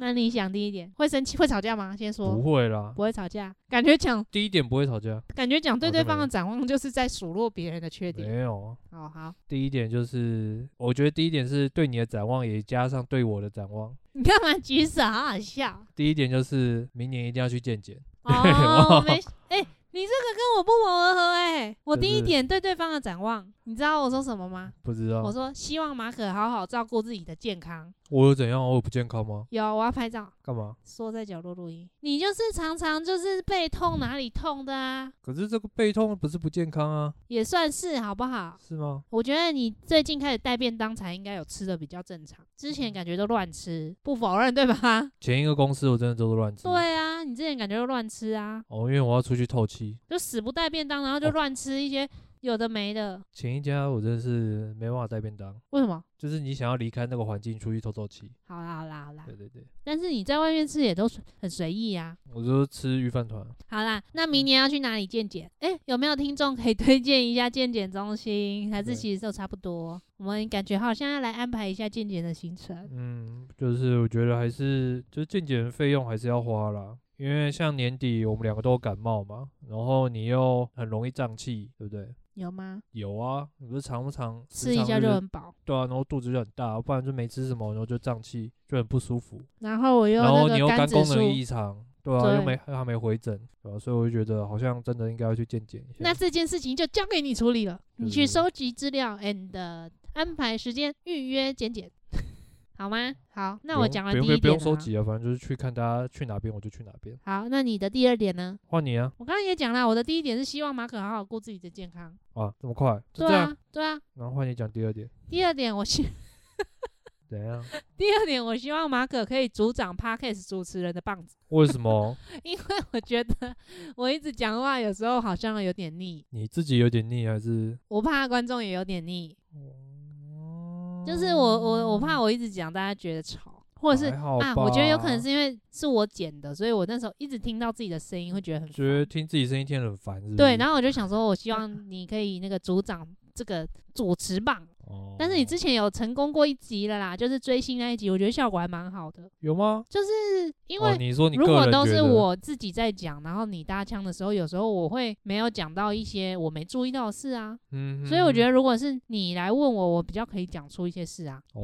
[SPEAKER 1] 那你想第一点会生气会吵架吗？先
[SPEAKER 2] 不
[SPEAKER 1] 说
[SPEAKER 2] 会啦，
[SPEAKER 1] 不会吵架，感觉讲
[SPEAKER 2] 第一点不会吵架，
[SPEAKER 1] 感觉讲对
[SPEAKER 2] 哦
[SPEAKER 1] 对
[SPEAKER 2] 真的
[SPEAKER 1] 方的
[SPEAKER 2] 耶
[SPEAKER 1] 展望就是在数落别人的缺点。
[SPEAKER 2] 没有。啊
[SPEAKER 1] 哦，好，
[SPEAKER 2] 第一点就是，我觉得第一点是对你的展望，也加上对我的展望。
[SPEAKER 1] 你干嘛举手？好好 笑
[SPEAKER 2] 第一点就是明年一定要去健检，
[SPEAKER 1] 哦，没哎、你这个跟我不谋而合哎、我
[SPEAKER 2] 就
[SPEAKER 1] 第一
[SPEAKER 2] 是
[SPEAKER 1] 点对对嗯方的展望，你知道我说什么吗？
[SPEAKER 2] 不知道
[SPEAKER 1] 我说希望马可好好照顾自己的健康。
[SPEAKER 2] 我有怎样，我有不健康吗？
[SPEAKER 1] 有，我要拍照，
[SPEAKER 2] 干嘛？
[SPEAKER 1] 缩在角落录音。你就是常常就是背痛哪里痛的啊，
[SPEAKER 2] 可是这个背痛不是不健康啊，
[SPEAKER 1] 也算是好不好？
[SPEAKER 2] 是吗？
[SPEAKER 1] 我觉得你最近开始带便当才应该有吃的比较正常，之前感觉都乱吃，不否认对吧？
[SPEAKER 2] 前一个公司我真的都是乱吃，，
[SPEAKER 1] 对啊，你之前感觉都乱吃啊，
[SPEAKER 2] 哦，因为我要出去透气，
[SPEAKER 1] 就死不带便当，然后就乱吃一些有的没的，
[SPEAKER 2] 前一家我真的是没办法带便当，
[SPEAKER 1] 为什么？
[SPEAKER 2] 就是你想要离开那个环境出去透透气。
[SPEAKER 1] 好啦好啦好啦，
[SPEAKER 2] 对对对，
[SPEAKER 1] 但是你在外面吃也都很随意呀、
[SPEAKER 2] 我就吃鱼饭团，
[SPEAKER 1] 好啦，那
[SPEAKER 2] 嗯
[SPEAKER 1] 明年要去哪里健检？诶，有没有听众可以推荐一下健检中心？还是
[SPEAKER 2] 对
[SPEAKER 1] 其实都差不多？我们感觉好像要来安排一下健检的行程。
[SPEAKER 2] 嗯，就是我觉得还是就是健检费用还是要花啦，因为像年底我们两个都有感冒嘛，然后你又很容易胀气，对不对？
[SPEAKER 1] 有吗？
[SPEAKER 2] 有啊，你不是常不常时
[SPEAKER 1] 吃一
[SPEAKER 2] 常
[SPEAKER 1] 下
[SPEAKER 2] 就
[SPEAKER 1] 就是很饱，
[SPEAKER 2] 对啊，然后肚子就很大，不然就没吃什么，然后就胀气，就很不舒服。
[SPEAKER 1] 然后我又
[SPEAKER 2] 然后
[SPEAKER 1] 那个
[SPEAKER 2] 你又
[SPEAKER 1] 肝
[SPEAKER 2] 肝
[SPEAKER 1] 指
[SPEAKER 2] 功能
[SPEAKER 1] 数。
[SPEAKER 2] 异常，对啊，
[SPEAKER 1] 对
[SPEAKER 2] 又没还没回诊，对啊，所以我就觉得好像真的应该要去健检一下。
[SPEAKER 1] 那这件事情就交给你处理了，你去
[SPEAKER 2] 对对对
[SPEAKER 1] 收集资料 and 安排时间预约健检， 好吗？好，那
[SPEAKER 2] 不
[SPEAKER 1] 我
[SPEAKER 2] 用
[SPEAKER 1] 讲
[SPEAKER 2] 不
[SPEAKER 1] 完
[SPEAKER 2] 用
[SPEAKER 1] 第一
[SPEAKER 2] 不
[SPEAKER 1] 点
[SPEAKER 2] 用
[SPEAKER 1] 了
[SPEAKER 2] 收
[SPEAKER 1] 啊。
[SPEAKER 2] 集啊，反正就是去看大家去哪边我就去哪边。
[SPEAKER 1] 好，那你的第二点呢？
[SPEAKER 2] 换你啊
[SPEAKER 1] 我刚刚也讲了，我的第一点是希望马可好好顾自己的健康。
[SPEAKER 2] 啊，这么快就
[SPEAKER 1] 对
[SPEAKER 2] 这样，
[SPEAKER 1] 啊，对啊。
[SPEAKER 2] 然后换你讲第二点，
[SPEAKER 1] 第二点，我希
[SPEAKER 2] 怎样？
[SPEAKER 1] 第二点，我希望马可可以组长 podcast 主持人的棒子，
[SPEAKER 2] 为什么
[SPEAKER 1] 因为我觉得我一直讲话有时候好像有点腻，
[SPEAKER 2] 你自己有点腻还是？
[SPEAKER 1] 我怕观众也有点腻，
[SPEAKER 2] 哦
[SPEAKER 1] 就是我我我怕我一直讲，大家觉得吵，或者是
[SPEAKER 2] 还哎好
[SPEAKER 1] 啊，我觉得有可能
[SPEAKER 2] 吧
[SPEAKER 1] 是因为是我剪的，所以我那时候一直听到自己的声音，会觉得很
[SPEAKER 2] 觉得
[SPEAKER 1] 烦。
[SPEAKER 2] 听自己声音听得很烦，是不是？
[SPEAKER 1] 对，然后我就想说，我希望你可以那个组长这个主持棒，
[SPEAKER 2] 哦
[SPEAKER 1] 但是你之前有成功过一集了啦，就是追星那一集，我觉得效果还蛮好的，
[SPEAKER 2] 有吗？
[SPEAKER 1] 就是因
[SPEAKER 2] 哦
[SPEAKER 1] 为
[SPEAKER 2] 你说你
[SPEAKER 1] 如
[SPEAKER 2] 个
[SPEAKER 1] 果
[SPEAKER 2] 人
[SPEAKER 1] 都
[SPEAKER 2] 觉
[SPEAKER 1] 是
[SPEAKER 2] 得，
[SPEAKER 1] 我自己在讲，然后你搭腔的时候，有时候我会没有讲到一些我没注意到的事啊，
[SPEAKER 2] 嗯，
[SPEAKER 1] 所以我觉
[SPEAKER 2] 得
[SPEAKER 1] 得如果是你来问我，我比较可以讲出一些事啊，
[SPEAKER 2] 哦，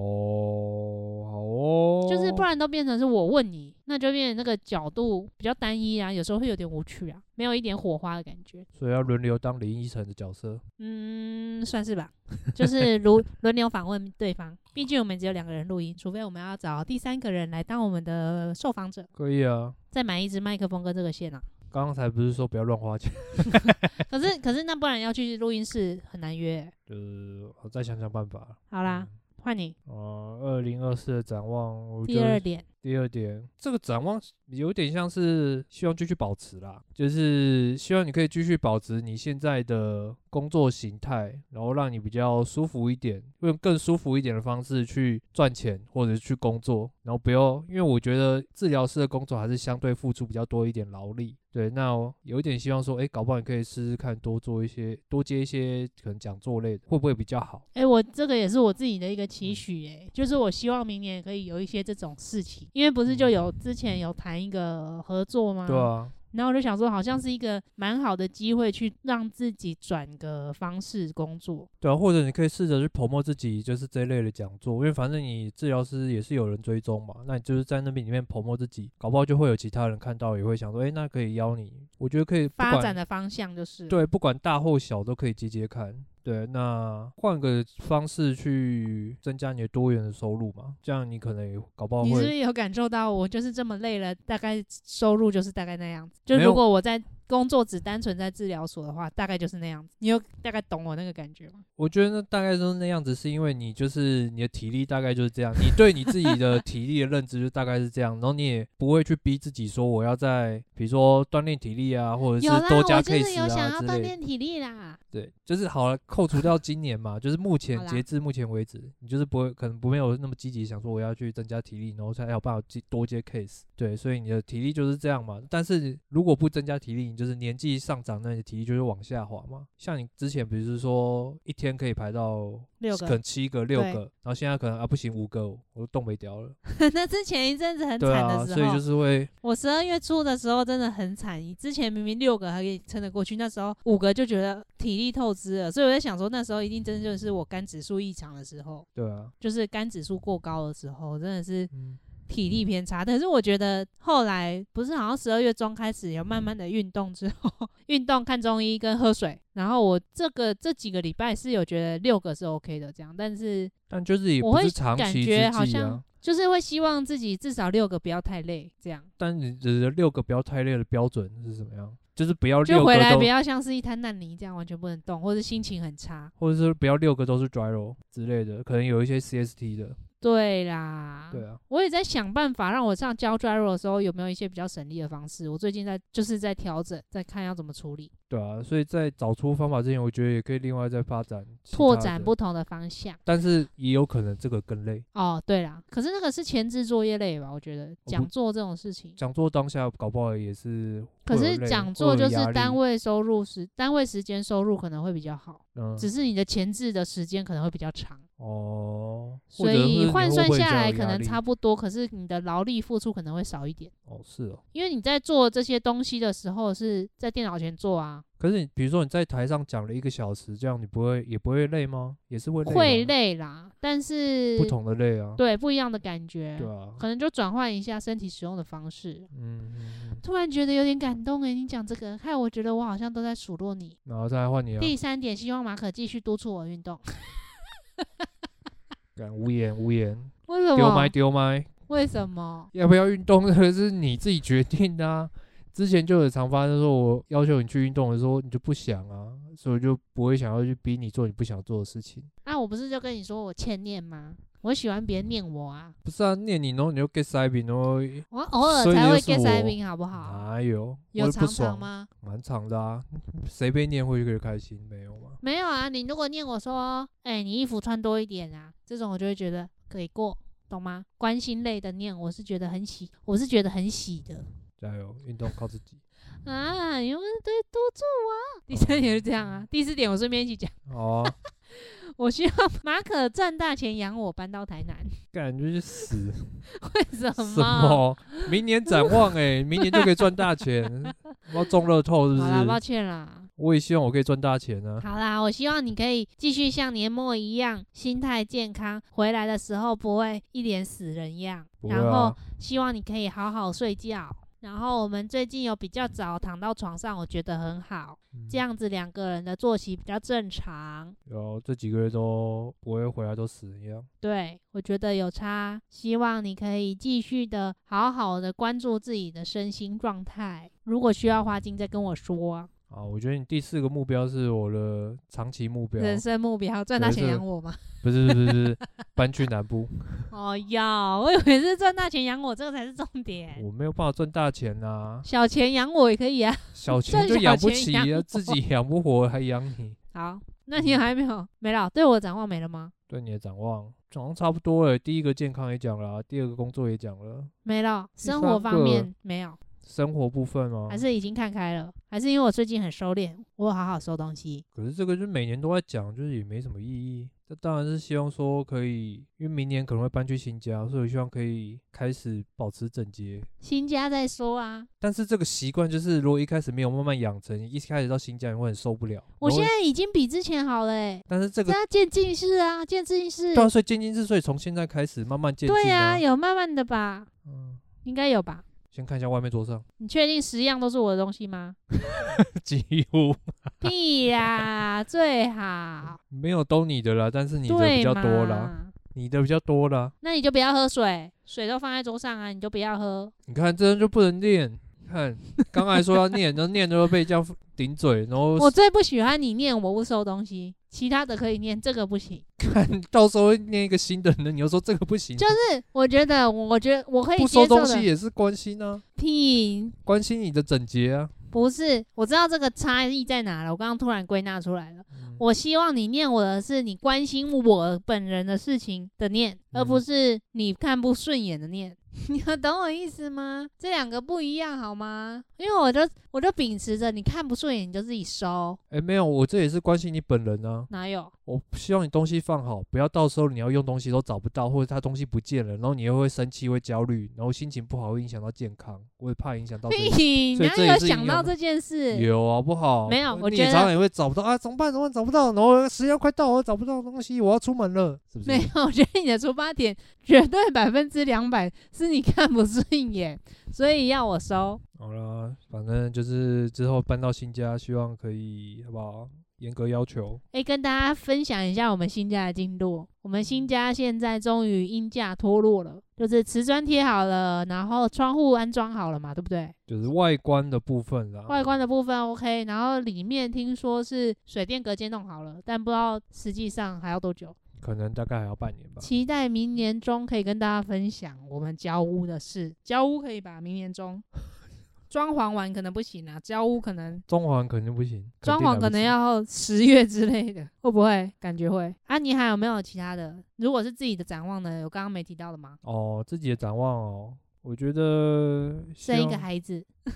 [SPEAKER 2] 好哦，
[SPEAKER 1] 就是不然都变成是我问你，那就变成那个角度比较单一啊，有时候会有点无趣啊，没有一点火花的感觉。
[SPEAKER 2] 所以要轮流当林依晨的角色。
[SPEAKER 1] 嗯，算 是吧，就是轮轮流访问对方，毕竟我们只有两个人录音，除非我们要找第三个人来当我们的受访者，
[SPEAKER 2] 可以啊，
[SPEAKER 1] 再买一支麦克风跟这个 线啊。
[SPEAKER 2] 刚才不是说不要乱花钱？
[SPEAKER 1] 可是可是那不然要去录音室很难约欸、
[SPEAKER 2] 就是我再想想办法。
[SPEAKER 1] 好啦，换你。
[SPEAKER 2] 嗯，呃，二零二四的展望，我觉
[SPEAKER 1] 第二
[SPEAKER 2] 得
[SPEAKER 1] 点，
[SPEAKER 2] 第二点，这个展望有点像是希望继续保持啦，就是希望你可以继续保持你现在的工作形态，然后让你比较舒服一点，用更舒服一点的方式去赚钱或者去工作，然后不要，因为我觉得治疗师的工作还是相对付出比较多一点劳力。对，那我有一点希望说，诶，搞不好你可以试试看，多做一些，多接一些可能讲座类的，会不会比较好？
[SPEAKER 1] 哎、我这个也是我自己的一个期
[SPEAKER 2] 嗯
[SPEAKER 1] 许，哎，就是我希望明年可以有一些这种事情，因为不是就有之前有谈一个合作吗？
[SPEAKER 2] 嗯对。啊，
[SPEAKER 1] 然后我就想说，好像是一个蛮好的机会，去让自己转个方式工作。
[SPEAKER 2] 对啊，或者你可以试着去 promote 自己，就是这一类的讲座，因为反正你治疗师也是有人追踪嘛，那你就是在那边里面 promote 自己，搞不好就会有其他人看到，也会想说，哎，那可以邀你。我觉得可以不
[SPEAKER 1] 发
[SPEAKER 2] 管
[SPEAKER 1] 展的方向就是，
[SPEAKER 2] 对，不管大或小都可以接接看。对，那换个方式去增加你的多元的收入嘛，这样你可能也搞不好
[SPEAKER 1] 你是不是
[SPEAKER 2] 会
[SPEAKER 1] 有感受到我就是这么累了？大概收入就是大概那样子。就
[SPEAKER 2] 没有
[SPEAKER 1] 如果我在工作只单纯在治疗所的话，大概就是那样子。你有大概懂我那个感觉吗？
[SPEAKER 2] 我觉得那大概就是那样子，是因为你就是你的体力大概就是这样，你对你自己的体力的认知就大概是这样，然后你也不会去逼自己说我要在比如说锻炼体力啊，或者
[SPEAKER 1] 有啦，
[SPEAKER 2] 是多
[SPEAKER 1] 我
[SPEAKER 2] 加
[SPEAKER 1] 就是
[SPEAKER 2] case
[SPEAKER 1] 有想要
[SPEAKER 2] 啊之
[SPEAKER 1] 锻
[SPEAKER 2] 类的。
[SPEAKER 1] 炼体力啦。
[SPEAKER 2] 对，就是好了，扣除掉今年嘛，就是目前
[SPEAKER 1] 好啦
[SPEAKER 2] 截至目前为止，你就是不会可能不没有那么积极想说我要去增加体力，然后才有办法接多接 case。对，所以你的体力就是这样嘛。但是如果不增加体力，你就是年纪上涨，那你的体力就会往下滑嘛。像你之前，比如说一天可以排到
[SPEAKER 1] 六个
[SPEAKER 2] 可能七个、六
[SPEAKER 1] 对
[SPEAKER 2] 个，然后现在可能啊不行五个，我都冻没掉了。
[SPEAKER 1] 那之前一阵子很
[SPEAKER 2] 对
[SPEAKER 1] 惨
[SPEAKER 2] 啊，
[SPEAKER 1] 的时
[SPEAKER 2] 所
[SPEAKER 1] 候，
[SPEAKER 2] 以就是会
[SPEAKER 1] 我十二月初的时候真的很惨。之前明明六个还可以撑得过去，那时候五个就觉得体力透支了，所以我在想说，那时候一定真的就是我肝指数异常的时候，
[SPEAKER 2] 对啊，
[SPEAKER 1] 就是肝指数过高的时候，真的是
[SPEAKER 2] 嗯，
[SPEAKER 1] 体力偏差。可是我觉得后来不是好像十二月中开始有慢慢的运动之后，运动看中医跟喝水，然后我这个这几个礼拜是有觉得六个是 OK 的这样，但是
[SPEAKER 2] 但就是也
[SPEAKER 1] 我
[SPEAKER 2] 不
[SPEAKER 1] 会
[SPEAKER 2] 是长
[SPEAKER 1] 感
[SPEAKER 2] 期
[SPEAKER 1] 觉好
[SPEAKER 2] 之计
[SPEAKER 1] 像
[SPEAKER 2] 啊。
[SPEAKER 1] 就是会希望自己至少六个不要太累这样。
[SPEAKER 2] 但你的六个不要太累的标准是什么样？就是不要
[SPEAKER 1] 就
[SPEAKER 2] 六
[SPEAKER 1] 回
[SPEAKER 2] 个
[SPEAKER 1] 来
[SPEAKER 2] 都
[SPEAKER 1] 不，要像是一滩烂泥这样完全不能动，或者心情很差。
[SPEAKER 2] 或者是不要六个都是 dry roll 之类的，可能有一些 CST 的。
[SPEAKER 1] 对啦，
[SPEAKER 2] 对啊，
[SPEAKER 1] 我也在想办法让我上教 Drive 的时候有没有一些比较省力的方式。我最近在就是在调整，在看要怎么处理，
[SPEAKER 2] 对啊，所以在找出方法之前，我觉得也可以另外再发展其他
[SPEAKER 1] 拓
[SPEAKER 2] 的
[SPEAKER 1] 展不，同的方向。
[SPEAKER 2] 但是也有可能这个更累。
[SPEAKER 1] 哦，对啦，可是那个是前置作业类吧？我觉得
[SPEAKER 2] 不
[SPEAKER 1] 讲座这种事情，
[SPEAKER 2] 讲座当下搞不好也是
[SPEAKER 1] 可
[SPEAKER 2] 会有累，
[SPEAKER 1] 是讲座就是单
[SPEAKER 2] 位，
[SPEAKER 1] 位收入时，单位时间收入可能会比较好，
[SPEAKER 2] 嗯，
[SPEAKER 1] 只是你的前置的时间可能会比较长，
[SPEAKER 2] 哦，或
[SPEAKER 1] 所
[SPEAKER 2] 者是
[SPEAKER 1] 以
[SPEAKER 2] 你
[SPEAKER 1] 换
[SPEAKER 2] 会
[SPEAKER 1] 算
[SPEAKER 2] 不会比
[SPEAKER 1] 下
[SPEAKER 2] 较
[SPEAKER 1] 来
[SPEAKER 2] 有
[SPEAKER 1] 可
[SPEAKER 2] 压
[SPEAKER 1] 能
[SPEAKER 2] 力
[SPEAKER 1] 差不多，可是你的劳力付出可能会少一点，
[SPEAKER 2] 哦，是哦。
[SPEAKER 1] 因为你在做这些东西的时候是在电脑前做啊，
[SPEAKER 2] 可是你比如说你在台上讲了一个小时，这样你不会也不会累吗？也是会累，
[SPEAKER 1] 会，累啦，但是
[SPEAKER 2] 不同的累啊，
[SPEAKER 1] 对不一样的感觉，
[SPEAKER 2] 对啊，
[SPEAKER 1] 可能就转换一下身体使用的方式。
[SPEAKER 2] 嗯，嗯嗯
[SPEAKER 1] 突然觉得有点感动诶，欸你讲这个，害我觉得我好像都在数落你。
[SPEAKER 2] 然后再来换你啊，
[SPEAKER 1] 第三点，希望马可继续督促我运 动。
[SPEAKER 2] 敢无言无言，
[SPEAKER 1] 为什
[SPEAKER 2] 丢麦
[SPEAKER 1] 么？
[SPEAKER 2] 丢麦，
[SPEAKER 1] 为什么？
[SPEAKER 2] 要不要运动 这个是你自己决定的啊。之前就有常发生说，我要求你去运动的时候，你就不想啊，所以我就不会想要去逼你做你不想做的事情。
[SPEAKER 1] 啊，我不是就跟你说我欠念吗？我喜欢别人念我啊，
[SPEAKER 2] 不是啊，念你，然后你就 get 塞饼，然后
[SPEAKER 1] 我偶尔
[SPEAKER 2] 所以
[SPEAKER 1] 才会
[SPEAKER 2] 就是
[SPEAKER 1] get
[SPEAKER 2] 我
[SPEAKER 1] 塞宾，好不好？
[SPEAKER 2] 哪有？我
[SPEAKER 1] 啊有
[SPEAKER 2] 也不
[SPEAKER 1] 常常
[SPEAKER 2] 爽，
[SPEAKER 1] 吗？
[SPEAKER 2] 蛮长的啊。谁被念会觉得开心？没有吗？
[SPEAKER 1] 没有啊，你如果念我说，哎、你衣服穿多一点啊，这种我就会觉得可以过，懂吗？关心类的念，我是觉得很喜，我是觉得很喜的
[SPEAKER 2] 加油，运动靠自己。
[SPEAKER 1] 啊，你们对督促我。啊 第三点就这样啊，第四点我顺便一起讲，
[SPEAKER 2] 哦，
[SPEAKER 1] 我希望马可赚大钱养我搬到台南，
[SPEAKER 2] 感觉去死！
[SPEAKER 1] 为什
[SPEAKER 2] 什么？明年展望哎、明年就可以赚 大钱，要中乐透是不
[SPEAKER 1] 好啦，抱
[SPEAKER 2] 是？
[SPEAKER 1] 歉啦。
[SPEAKER 2] 我也希望我可以赚大钱啊。
[SPEAKER 1] 好啦，我希望你可以继续像年末一样，心态健康，回来的时候不会一脸死人样。
[SPEAKER 2] 不会
[SPEAKER 1] 然后
[SPEAKER 2] 啊，
[SPEAKER 1] 希望你可以好好睡觉。然后我们最近有比较早躺到床上，我觉得很好，
[SPEAKER 2] 嗯
[SPEAKER 1] 这样子两个人的作息比较正常。
[SPEAKER 2] 然后这几个月都不会回来都死一样。
[SPEAKER 1] 对，我觉得有差。希望你可以继续的好好的关注自己的身心状态。如果需要花精再跟我说。
[SPEAKER 2] 啊，我觉得你第四个目标是我的长期目标，
[SPEAKER 1] 人生目标赚大钱
[SPEAKER 2] 人生
[SPEAKER 1] 养我吗？
[SPEAKER 2] 不是不是不是搬去南部，
[SPEAKER 1] 哦要，我以为是赚大钱养我，这个才是重点。
[SPEAKER 2] 我没有办法赚大钱啊，
[SPEAKER 1] 小钱养我也可以啊。
[SPEAKER 2] 小
[SPEAKER 1] 赚
[SPEAKER 2] 钱就
[SPEAKER 1] 小
[SPEAKER 2] 养不
[SPEAKER 1] 钱
[SPEAKER 2] 起
[SPEAKER 1] 养
[SPEAKER 2] 啊
[SPEAKER 1] 我，
[SPEAKER 2] 自己养不活还养你，
[SPEAKER 1] 好，那
[SPEAKER 2] 嗯
[SPEAKER 1] 你还没有没了？对我展望没了吗？
[SPEAKER 2] 对你的展望好像差不多了。第一个健康也讲了啊，第二个工作也讲了，
[SPEAKER 1] 没了。
[SPEAKER 2] 第三
[SPEAKER 1] 生活方
[SPEAKER 2] 个哦
[SPEAKER 1] 面没有，
[SPEAKER 2] 生活部分吗？
[SPEAKER 1] 还是已经看开了？还是因为我最近很收敛，我有好好收东西。
[SPEAKER 2] 可是这个就是每年都在讲，就是也没什么意义。这当然是希望说可以，因为明年可能会搬去新家，所以我希望可以开始保持整洁。
[SPEAKER 1] 新家再说啊。
[SPEAKER 2] 但是这个习惯就是，如果一开始没有慢慢养成，一开始到新家你会很受不了。
[SPEAKER 1] 我
[SPEAKER 2] 然后
[SPEAKER 1] 现，在已经比之前好了、欸，
[SPEAKER 2] 但哦是这
[SPEAKER 1] 这
[SPEAKER 2] 个
[SPEAKER 1] 要渐进式啊，渐进式
[SPEAKER 2] 对。啊，所以渐进式，所以从现在开始慢慢渐进、
[SPEAKER 1] 对
[SPEAKER 2] 啊。
[SPEAKER 1] 啊，有慢慢的吧，
[SPEAKER 2] 嗯，
[SPEAKER 1] 应该有吧？
[SPEAKER 2] 先看一下外面桌上，
[SPEAKER 1] 你确定十样都是我的东西吗？
[SPEAKER 2] 几乎
[SPEAKER 1] 屁呀，最好。
[SPEAKER 2] 没有都你的啦，但是你的比
[SPEAKER 1] 对
[SPEAKER 2] 较
[SPEAKER 1] 嘛？
[SPEAKER 2] 多啦，你的比较多啦。
[SPEAKER 1] 那你就不要喝水，水都放在桌上啊，你就不要喝。
[SPEAKER 2] 你看，这样就不能念。看，刚才说要念，然后念都被这样 顶嘴，然后
[SPEAKER 1] 我最不喜欢你念我不收东西，其他的可以念，这个不行。
[SPEAKER 2] 看 到时候会念一个新的人，你又说这个不行，
[SPEAKER 1] 就是我觉得，我觉得我可以
[SPEAKER 2] 不
[SPEAKER 1] 接
[SPEAKER 2] 收
[SPEAKER 1] 受
[SPEAKER 2] 东西
[SPEAKER 1] 的。
[SPEAKER 2] 也是关心啊，
[SPEAKER 1] 屁，
[SPEAKER 2] 关心你的整洁啊。
[SPEAKER 1] 不是，我知道这个差异在哪了。我刚刚突然归纳出来了。
[SPEAKER 2] 嗯
[SPEAKER 1] 我希望你念我的是你关心我本人的事情的念，而不
[SPEAKER 2] 嗯
[SPEAKER 1] 是你看不顺眼的念。 你要懂我意思吗？这两个不一样好吗？因为我就我就秉持着你看不顺眼你就自己收，
[SPEAKER 2] 哎、没有，我这也是关心你本人啊。
[SPEAKER 1] 哪有？
[SPEAKER 2] 我希望你东西放好，不要到时候你要用东西都找不到，或者他东西不见了，然后你又会生气、会焦虑，然后心情不好会影响到健康，我也怕影响到这个。
[SPEAKER 1] 屁，
[SPEAKER 2] 所以
[SPEAKER 1] 哪
[SPEAKER 2] 这也
[SPEAKER 1] 有
[SPEAKER 2] 是
[SPEAKER 1] 想
[SPEAKER 2] 营
[SPEAKER 1] 到
[SPEAKER 2] 养
[SPEAKER 1] 这件事？
[SPEAKER 2] 有啊，不好。
[SPEAKER 1] 没有我
[SPEAKER 2] 你
[SPEAKER 1] 觉
[SPEAKER 2] 也
[SPEAKER 1] 得
[SPEAKER 2] 常常也会找不到啊，怎么办？怎么办？找不到，然后时间快到，我找不到东西，我要出门了，是不
[SPEAKER 1] 没
[SPEAKER 2] 是？
[SPEAKER 1] 有，我觉得你的出发点绝对百分之两百是你看不顺眼，所以要我收。
[SPEAKER 2] 好啦，反正就是之后搬到新家，希望可以好不好？严格要求。
[SPEAKER 1] 诶，跟大家分享一下我们新家的进度。我们新家现在终于阴架脱落了，就是瓷砖贴好了，然后窗户安装好了嘛，对不对？
[SPEAKER 2] 就是外观的部分啦。
[SPEAKER 1] 外观的部分 OK，然后里面听说是水电隔间弄好了，但不知道实际上还要多久。
[SPEAKER 2] 可能大概还要半年吧。
[SPEAKER 1] 期待明年中可以跟大家分享我们交屋的事。交屋可以吧？明年 中装潢完可能不行啊，交屋可能
[SPEAKER 2] 装潢肯定不行，肯
[SPEAKER 1] 装
[SPEAKER 2] 定来
[SPEAKER 1] 潢
[SPEAKER 2] 不
[SPEAKER 1] 可能
[SPEAKER 2] 及
[SPEAKER 1] 要十月之类的，会不会？感觉会啊。你还有没有其他的？如果是自己的展望呢？有刚刚没提到的吗？
[SPEAKER 2] 哦，自己的展望哦，我觉得希
[SPEAKER 1] 生一个
[SPEAKER 2] 望
[SPEAKER 1] 孩子，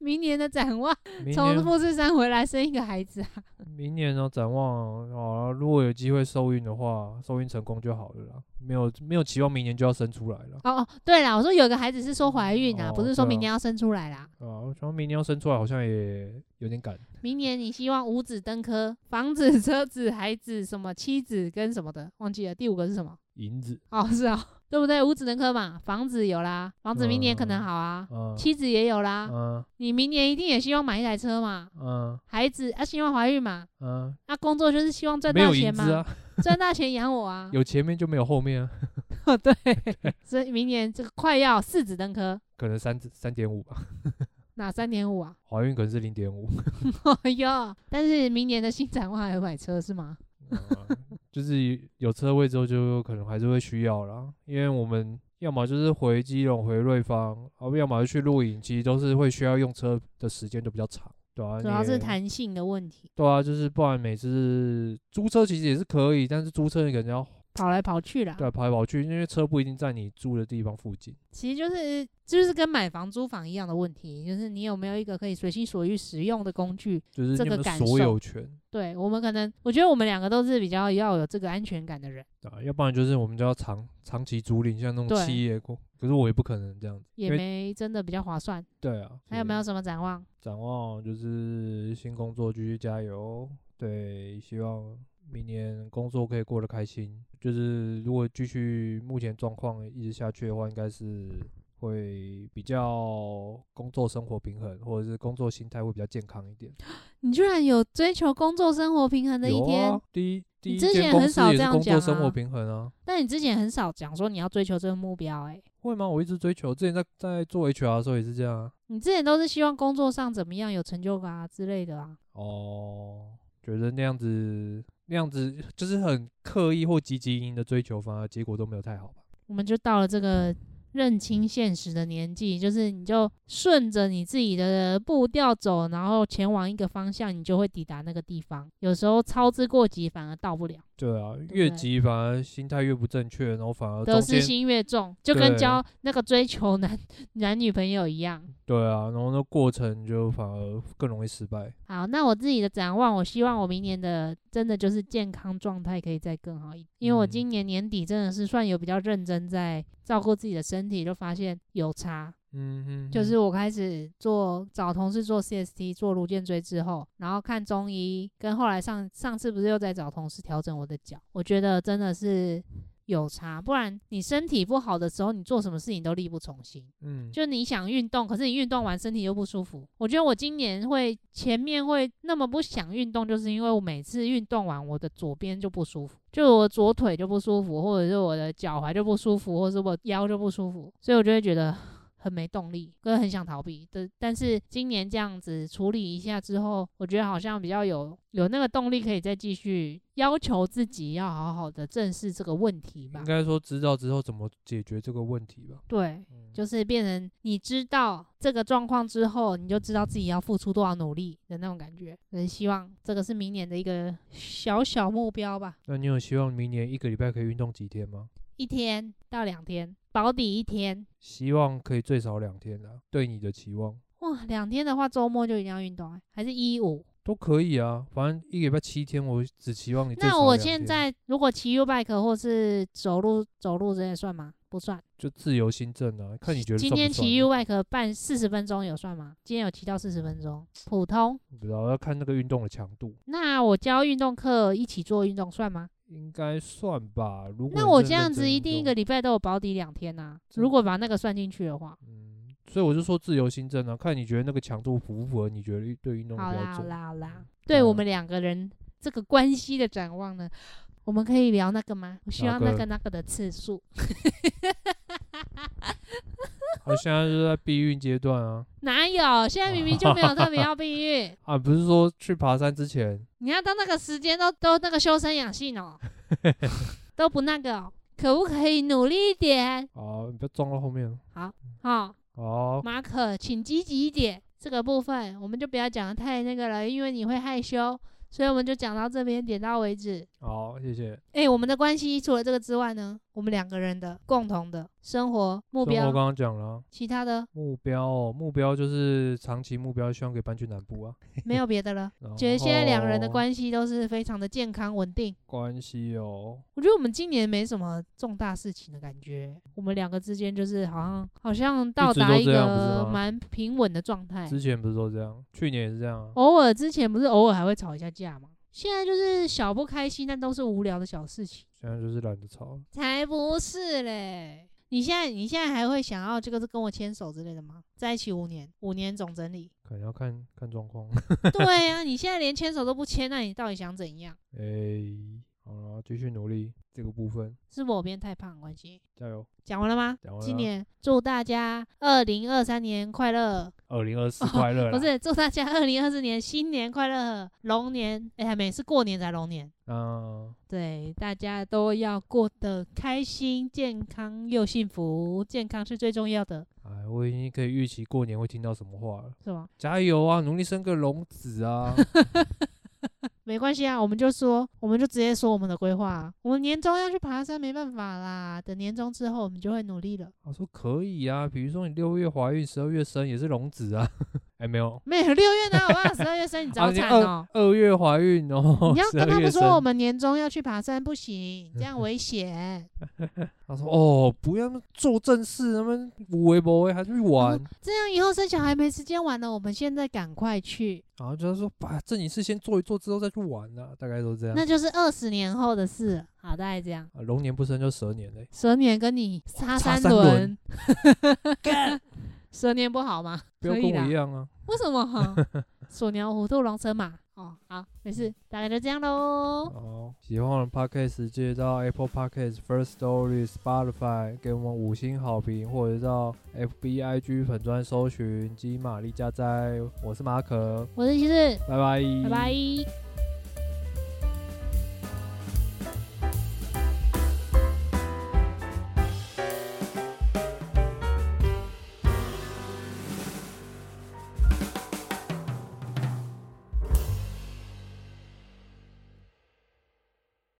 [SPEAKER 1] 明年的展望，
[SPEAKER 2] 明
[SPEAKER 1] 从
[SPEAKER 2] 年
[SPEAKER 1] 富士山回来生一个孩子啊。
[SPEAKER 2] 明年呢、展望哦、如果有机会受孕的话，受孕成功就好了啦，没有没有期望明年就要生出来了。
[SPEAKER 1] 哦哦，对啦，我说有个孩子是说怀孕啊，
[SPEAKER 2] 哦
[SPEAKER 1] 不是说
[SPEAKER 2] 对啊
[SPEAKER 1] 明年要生出来啦。
[SPEAKER 2] 啊，我想明年要生出来好像也有点赶，
[SPEAKER 1] 明年你希望五子登科，房子、车子、孩子、什么妻子跟什么的，忘记了。第五个是什么？
[SPEAKER 2] 银子
[SPEAKER 1] 哦，是哦，对不对？五子登科嘛，房子有啦，房子明年可能好啊，
[SPEAKER 2] 啊，
[SPEAKER 1] 妻子也有啦。
[SPEAKER 2] 嗯
[SPEAKER 1] 你明年一定也希望买一台车嘛，
[SPEAKER 2] 嗯
[SPEAKER 1] 孩子啊希望怀孕嘛，
[SPEAKER 2] 嗯，
[SPEAKER 1] 那、工作就是希望赚
[SPEAKER 2] 没
[SPEAKER 1] 大
[SPEAKER 2] 有银
[SPEAKER 1] 钱嘛，
[SPEAKER 2] 子啊，
[SPEAKER 1] 赚大钱养我啊。
[SPEAKER 2] 有前面就没有后面啊，
[SPEAKER 1] 哦，对，所以明年这个快要四子登科，
[SPEAKER 2] 可能三三点五吧，
[SPEAKER 1] 哪三点五啊？
[SPEAKER 2] 怀孕可能是零点五，
[SPEAKER 1] 哎哟，但是明年的新展望还有买车是吗？
[SPEAKER 2] 啊
[SPEAKER 1] 哦
[SPEAKER 2] 就是有车位之后就可能还是会需要啦，因为我们要么就是回基隆、回瑞芳，啊，要么就去露营，其实都是会需要用车的时间都比较长，对啊，
[SPEAKER 1] 主要
[SPEAKER 2] 你
[SPEAKER 1] 是
[SPEAKER 2] 也
[SPEAKER 1] 弹性的问题，
[SPEAKER 2] 对啊，就是不然每次租车其实也是可以，但是租车你可能要
[SPEAKER 1] 跑来跑去啦。
[SPEAKER 2] 对啊跑来跑去，因为车不一定在你住的地方附近。
[SPEAKER 1] 其实就是就是跟买房租房一样的问题，就是你有没有一个可以随心所欲使用的工具？
[SPEAKER 2] 就是
[SPEAKER 1] 这
[SPEAKER 2] 你
[SPEAKER 1] 个
[SPEAKER 2] 们
[SPEAKER 1] 感
[SPEAKER 2] 所
[SPEAKER 1] 受
[SPEAKER 2] 有权
[SPEAKER 1] 对我们可能，我觉得我们两个都是比较要有这个安全感的人，
[SPEAKER 2] 啊，要不然就是我们就要长长期租赁，像那种
[SPEAKER 1] 对
[SPEAKER 2] 企业工，可是我也不可能这样子，
[SPEAKER 1] 也
[SPEAKER 2] 因为
[SPEAKER 1] 没真的比较划算。
[SPEAKER 2] 对啊。
[SPEAKER 1] 还有没有
[SPEAKER 2] 所
[SPEAKER 1] 什么展望？
[SPEAKER 2] 以展望？就是新工作继续加油，对，希望明年工作可以过得开心。就是如果继续目前状况一直下去的话，应该是会比较工作生活平衡，或者是工作心态会比较健康一点。
[SPEAKER 1] 你居然有追求工作生活平衡的一
[SPEAKER 2] 有
[SPEAKER 1] 天，
[SPEAKER 2] 啊，第一第
[SPEAKER 1] 你
[SPEAKER 2] 一
[SPEAKER 1] 之前
[SPEAKER 2] 间公
[SPEAKER 1] 很
[SPEAKER 2] 司
[SPEAKER 1] 少这
[SPEAKER 2] 也是
[SPEAKER 1] 样
[SPEAKER 2] 工作
[SPEAKER 1] 讲
[SPEAKER 2] 生
[SPEAKER 1] 啊
[SPEAKER 2] 活平衡啊。
[SPEAKER 1] 但你之前很少讲说你要追求这个目标、欸，
[SPEAKER 2] 会吗？我一直追求，之前在在做 HR 的时候也是这样啊。
[SPEAKER 1] 你之前都是希望工作上怎么样有成就感啊之类的啊。
[SPEAKER 2] 哦，觉得那样子那样子就是很刻意或积极营营的追求，反而结果都没有太好吧？
[SPEAKER 1] 我们就到了这个认清现实的年纪，就是你就顺着你自己的步调走，然后前往一个方向，你就会抵达那个地方。有时候操之过急，反而到不了，
[SPEAKER 2] 对啊，
[SPEAKER 1] 不
[SPEAKER 2] 越
[SPEAKER 1] 对
[SPEAKER 2] 急反而心态越不正确，然后反而哦中
[SPEAKER 1] 得失
[SPEAKER 2] 间
[SPEAKER 1] 心越重，就跟
[SPEAKER 2] 对
[SPEAKER 1] 交那个追求男 男女朋友一样。
[SPEAKER 2] 对啊，然后那过程就反而更容易失败。
[SPEAKER 1] 好，那我自己的展望，我希望我明年的真的就是健康状态可以再更好一点，因为我
[SPEAKER 2] 嗯
[SPEAKER 1] 今年年底真的是算有比较认真在照顾自己的身体，就发现有差。
[SPEAKER 2] 嗯哼，
[SPEAKER 1] 就是我开始做找同事做 CST 做颅颈椎之后，然后看中医，跟后来上上次不是又在找同事调整我的脚，我觉得真的是有差，不然你身体不好的时候，你做什么事情都力不从心。
[SPEAKER 2] 嗯，
[SPEAKER 1] 就你想运动，可是你运动完身体又不舒服。我觉得我今年会前面会那么不想运动，就是因为我每次运动完，我的左边就不舒服，就我左腿就不舒服，或者是我的脚踝就不舒服，或者是我腰就不舒服，所以我就会觉得很没动力，跟很想逃避。但但是今年这样子处理一下之后，我觉得好像比较有有那个动力，可以再继续要求自己要好好的正视这个问题吧
[SPEAKER 2] 应。该说知道之后怎么解决这个问题吧。
[SPEAKER 1] 对，
[SPEAKER 2] 嗯
[SPEAKER 1] 就是变成你知道这个状况之后，你就知道自己要付出多少努力的那种感觉。所以希望这个是明年的一个小小目标吧，
[SPEAKER 2] 那你有希望明年一个礼拜可以运动几天吗？
[SPEAKER 1] 一天到两天，保底一天。
[SPEAKER 2] 希望可以最少两天啊，对你的期望。
[SPEAKER 1] 哇，两天的话，周末就一定要运动、欸，还是一五？
[SPEAKER 2] 都可以啊，反正一个礼拜七天，我只期望你最
[SPEAKER 1] 那
[SPEAKER 2] 哎少
[SPEAKER 1] 我
[SPEAKER 2] 两
[SPEAKER 1] 现
[SPEAKER 2] 天
[SPEAKER 1] 在如果骑 U bike 或是走路走路这些算吗？不算。
[SPEAKER 2] 就自由新政啊，看你觉得
[SPEAKER 1] 今
[SPEAKER 2] 算不
[SPEAKER 1] 天
[SPEAKER 2] 算
[SPEAKER 1] 骑
[SPEAKER 2] 啊
[SPEAKER 1] U bike 半四十分钟有算吗？今天有骑到四十分钟，普通。
[SPEAKER 2] 不知道要看那个运动的强度，
[SPEAKER 1] 那我教运动课一起做运动算吗？
[SPEAKER 2] 应该算吧。如果
[SPEAKER 1] 那
[SPEAKER 2] 你
[SPEAKER 1] 我
[SPEAKER 2] 真
[SPEAKER 1] 这
[SPEAKER 2] 的
[SPEAKER 1] 样
[SPEAKER 2] 认
[SPEAKER 1] 子
[SPEAKER 2] 真
[SPEAKER 1] 一
[SPEAKER 2] 运
[SPEAKER 1] 定一
[SPEAKER 2] 动
[SPEAKER 1] 个礼拜都有保底两天呐、
[SPEAKER 2] 真
[SPEAKER 1] 如果把那个算进去的话，
[SPEAKER 2] 嗯，所以我就说自由新政啊，看你觉得那个强度符不符合你觉得对运动的
[SPEAKER 1] 好啦
[SPEAKER 2] 标
[SPEAKER 1] 好
[SPEAKER 2] 准。
[SPEAKER 1] 啦好啦，
[SPEAKER 2] 对
[SPEAKER 1] 对我
[SPEAKER 2] 啊
[SPEAKER 1] 们两个人这个关系的展望呢，我们可以聊那个吗？我希
[SPEAKER 2] 哪
[SPEAKER 1] 望那
[SPEAKER 2] 个
[SPEAKER 1] 个那个的次数。
[SPEAKER 2] 我啊现在就在避孕阶段啊
[SPEAKER 1] 哪有？现在明明就没有特别要避孕，
[SPEAKER 2] 啊，不是说去爬山之前
[SPEAKER 1] 你要到那个时间都都那个修身养性哦。都不那个哦、可不可以努力一点？
[SPEAKER 2] 哦，你不要撞到后面。
[SPEAKER 1] 好、
[SPEAKER 2] 哦，
[SPEAKER 1] 马可，请积极一点。这个部分我们就不要讲得太那个了，因为你会害羞，所以我们就讲到这边，点到为止。
[SPEAKER 2] 好，谢谢。
[SPEAKER 1] 诶，我们的关系除了这个之外呢，我们两个人的共同的生活目
[SPEAKER 2] 生活
[SPEAKER 1] 标，
[SPEAKER 2] 刚刚讲了啊，
[SPEAKER 1] 其他 的
[SPEAKER 2] 目标哦，目标就是长期目标，希望可以搬去南部啊。
[SPEAKER 1] 没有别的了。
[SPEAKER 2] 然
[SPEAKER 1] 觉得现在两人的
[SPEAKER 2] 后
[SPEAKER 1] 关系都是非常的健康稳定。
[SPEAKER 2] 关系哦，
[SPEAKER 1] 我觉得我们今年没什么重大事情的感觉，我们两个之间就是好像好像到
[SPEAKER 2] 直
[SPEAKER 1] 达
[SPEAKER 2] 都
[SPEAKER 1] 一
[SPEAKER 2] 这样不是
[SPEAKER 1] 个
[SPEAKER 2] 吗
[SPEAKER 1] 蛮平稳的状态。
[SPEAKER 2] 之前不是都这样，去年也是这样啊。
[SPEAKER 1] 偶尔之前不是偶尔还会吵一下架吗？现在就是小不开心，但都是无聊的小事情。
[SPEAKER 2] 现在就是懒得吵了，
[SPEAKER 1] 才不是嘞！你现在你现在还会想要这个是跟我牵手之类的吗？在一起五年，五年总整理。
[SPEAKER 2] 可能要看看状况。
[SPEAKER 1] 对啊，你现在连牵手都不牵，那你到底想怎样？
[SPEAKER 2] 哎、好了，继续努力这个部分，
[SPEAKER 1] 是不是我变太胖的关系？
[SPEAKER 2] 加油！
[SPEAKER 1] 讲完了吗？
[SPEAKER 2] 讲完了
[SPEAKER 1] 今年祝大家二零二三年快乐，
[SPEAKER 2] 二零二四快乐啦、
[SPEAKER 1] 哦 不是祝大家二零二四年新年快乐，龙年哎、还没是过年才龙年。
[SPEAKER 2] 嗯，
[SPEAKER 1] 对，大家都要过得开心、健康又幸福，健康是最重要的，
[SPEAKER 2] 哎，我已经可以预期过年会听到什么话了。
[SPEAKER 1] 是吗？
[SPEAKER 2] 加油啊，努力生个龙子 啊！
[SPEAKER 1] 没关系啊，我们就说，我们就直接说我们的规划啊，我们年终要去爬山，没办法啦，等年终之后我们就会努力了。
[SPEAKER 2] 我说可以啊，比如说你六月怀孕，十二月生也是龙子啊。 哎、没有，
[SPEAKER 1] 没有六月哪有办法？十二月 生你早
[SPEAKER 2] 啊你
[SPEAKER 1] 产
[SPEAKER 2] 饿
[SPEAKER 1] 哦、
[SPEAKER 2] 二月怀孕哦。
[SPEAKER 1] 你要跟他们
[SPEAKER 2] 12月
[SPEAKER 1] 说
[SPEAKER 2] 生
[SPEAKER 1] 我们年终要去爬山，不行，这样危险。
[SPEAKER 2] 他说哦，不要那么做正事，他们无为不为还去玩。
[SPEAKER 1] 这样以后生小孩没时间玩了，我们现在赶快去，
[SPEAKER 2] 然后就是说把正经事先做一做，之后再去玩啊，大概都这样。
[SPEAKER 1] 那就是二十年后的事了。好，大概这样。
[SPEAKER 2] 啊龙、年不生就蛇年嘞、
[SPEAKER 1] 蛇年跟你差
[SPEAKER 2] 差
[SPEAKER 1] 三
[SPEAKER 2] 三
[SPEAKER 1] 轮， 蛇年不好吗？
[SPEAKER 2] 不要
[SPEAKER 1] 可
[SPEAKER 2] 跟
[SPEAKER 1] 以
[SPEAKER 2] 我
[SPEAKER 1] 啦
[SPEAKER 2] 一。样啊。
[SPEAKER 1] 为什么？ 鼠牛、虎兔、龙、蛇、马。哦，好，没事，大概就这样喽。
[SPEAKER 2] 好，哦喜欢我们 Podcast 记得到 Apple Podcast、First Story、Spotify 给我们五星好评，或者到 FBIG 粉专搜寻“金玛丽加哉”。我是马可，
[SPEAKER 1] 我是骑士，
[SPEAKER 2] 拜拜，
[SPEAKER 1] 拜拜。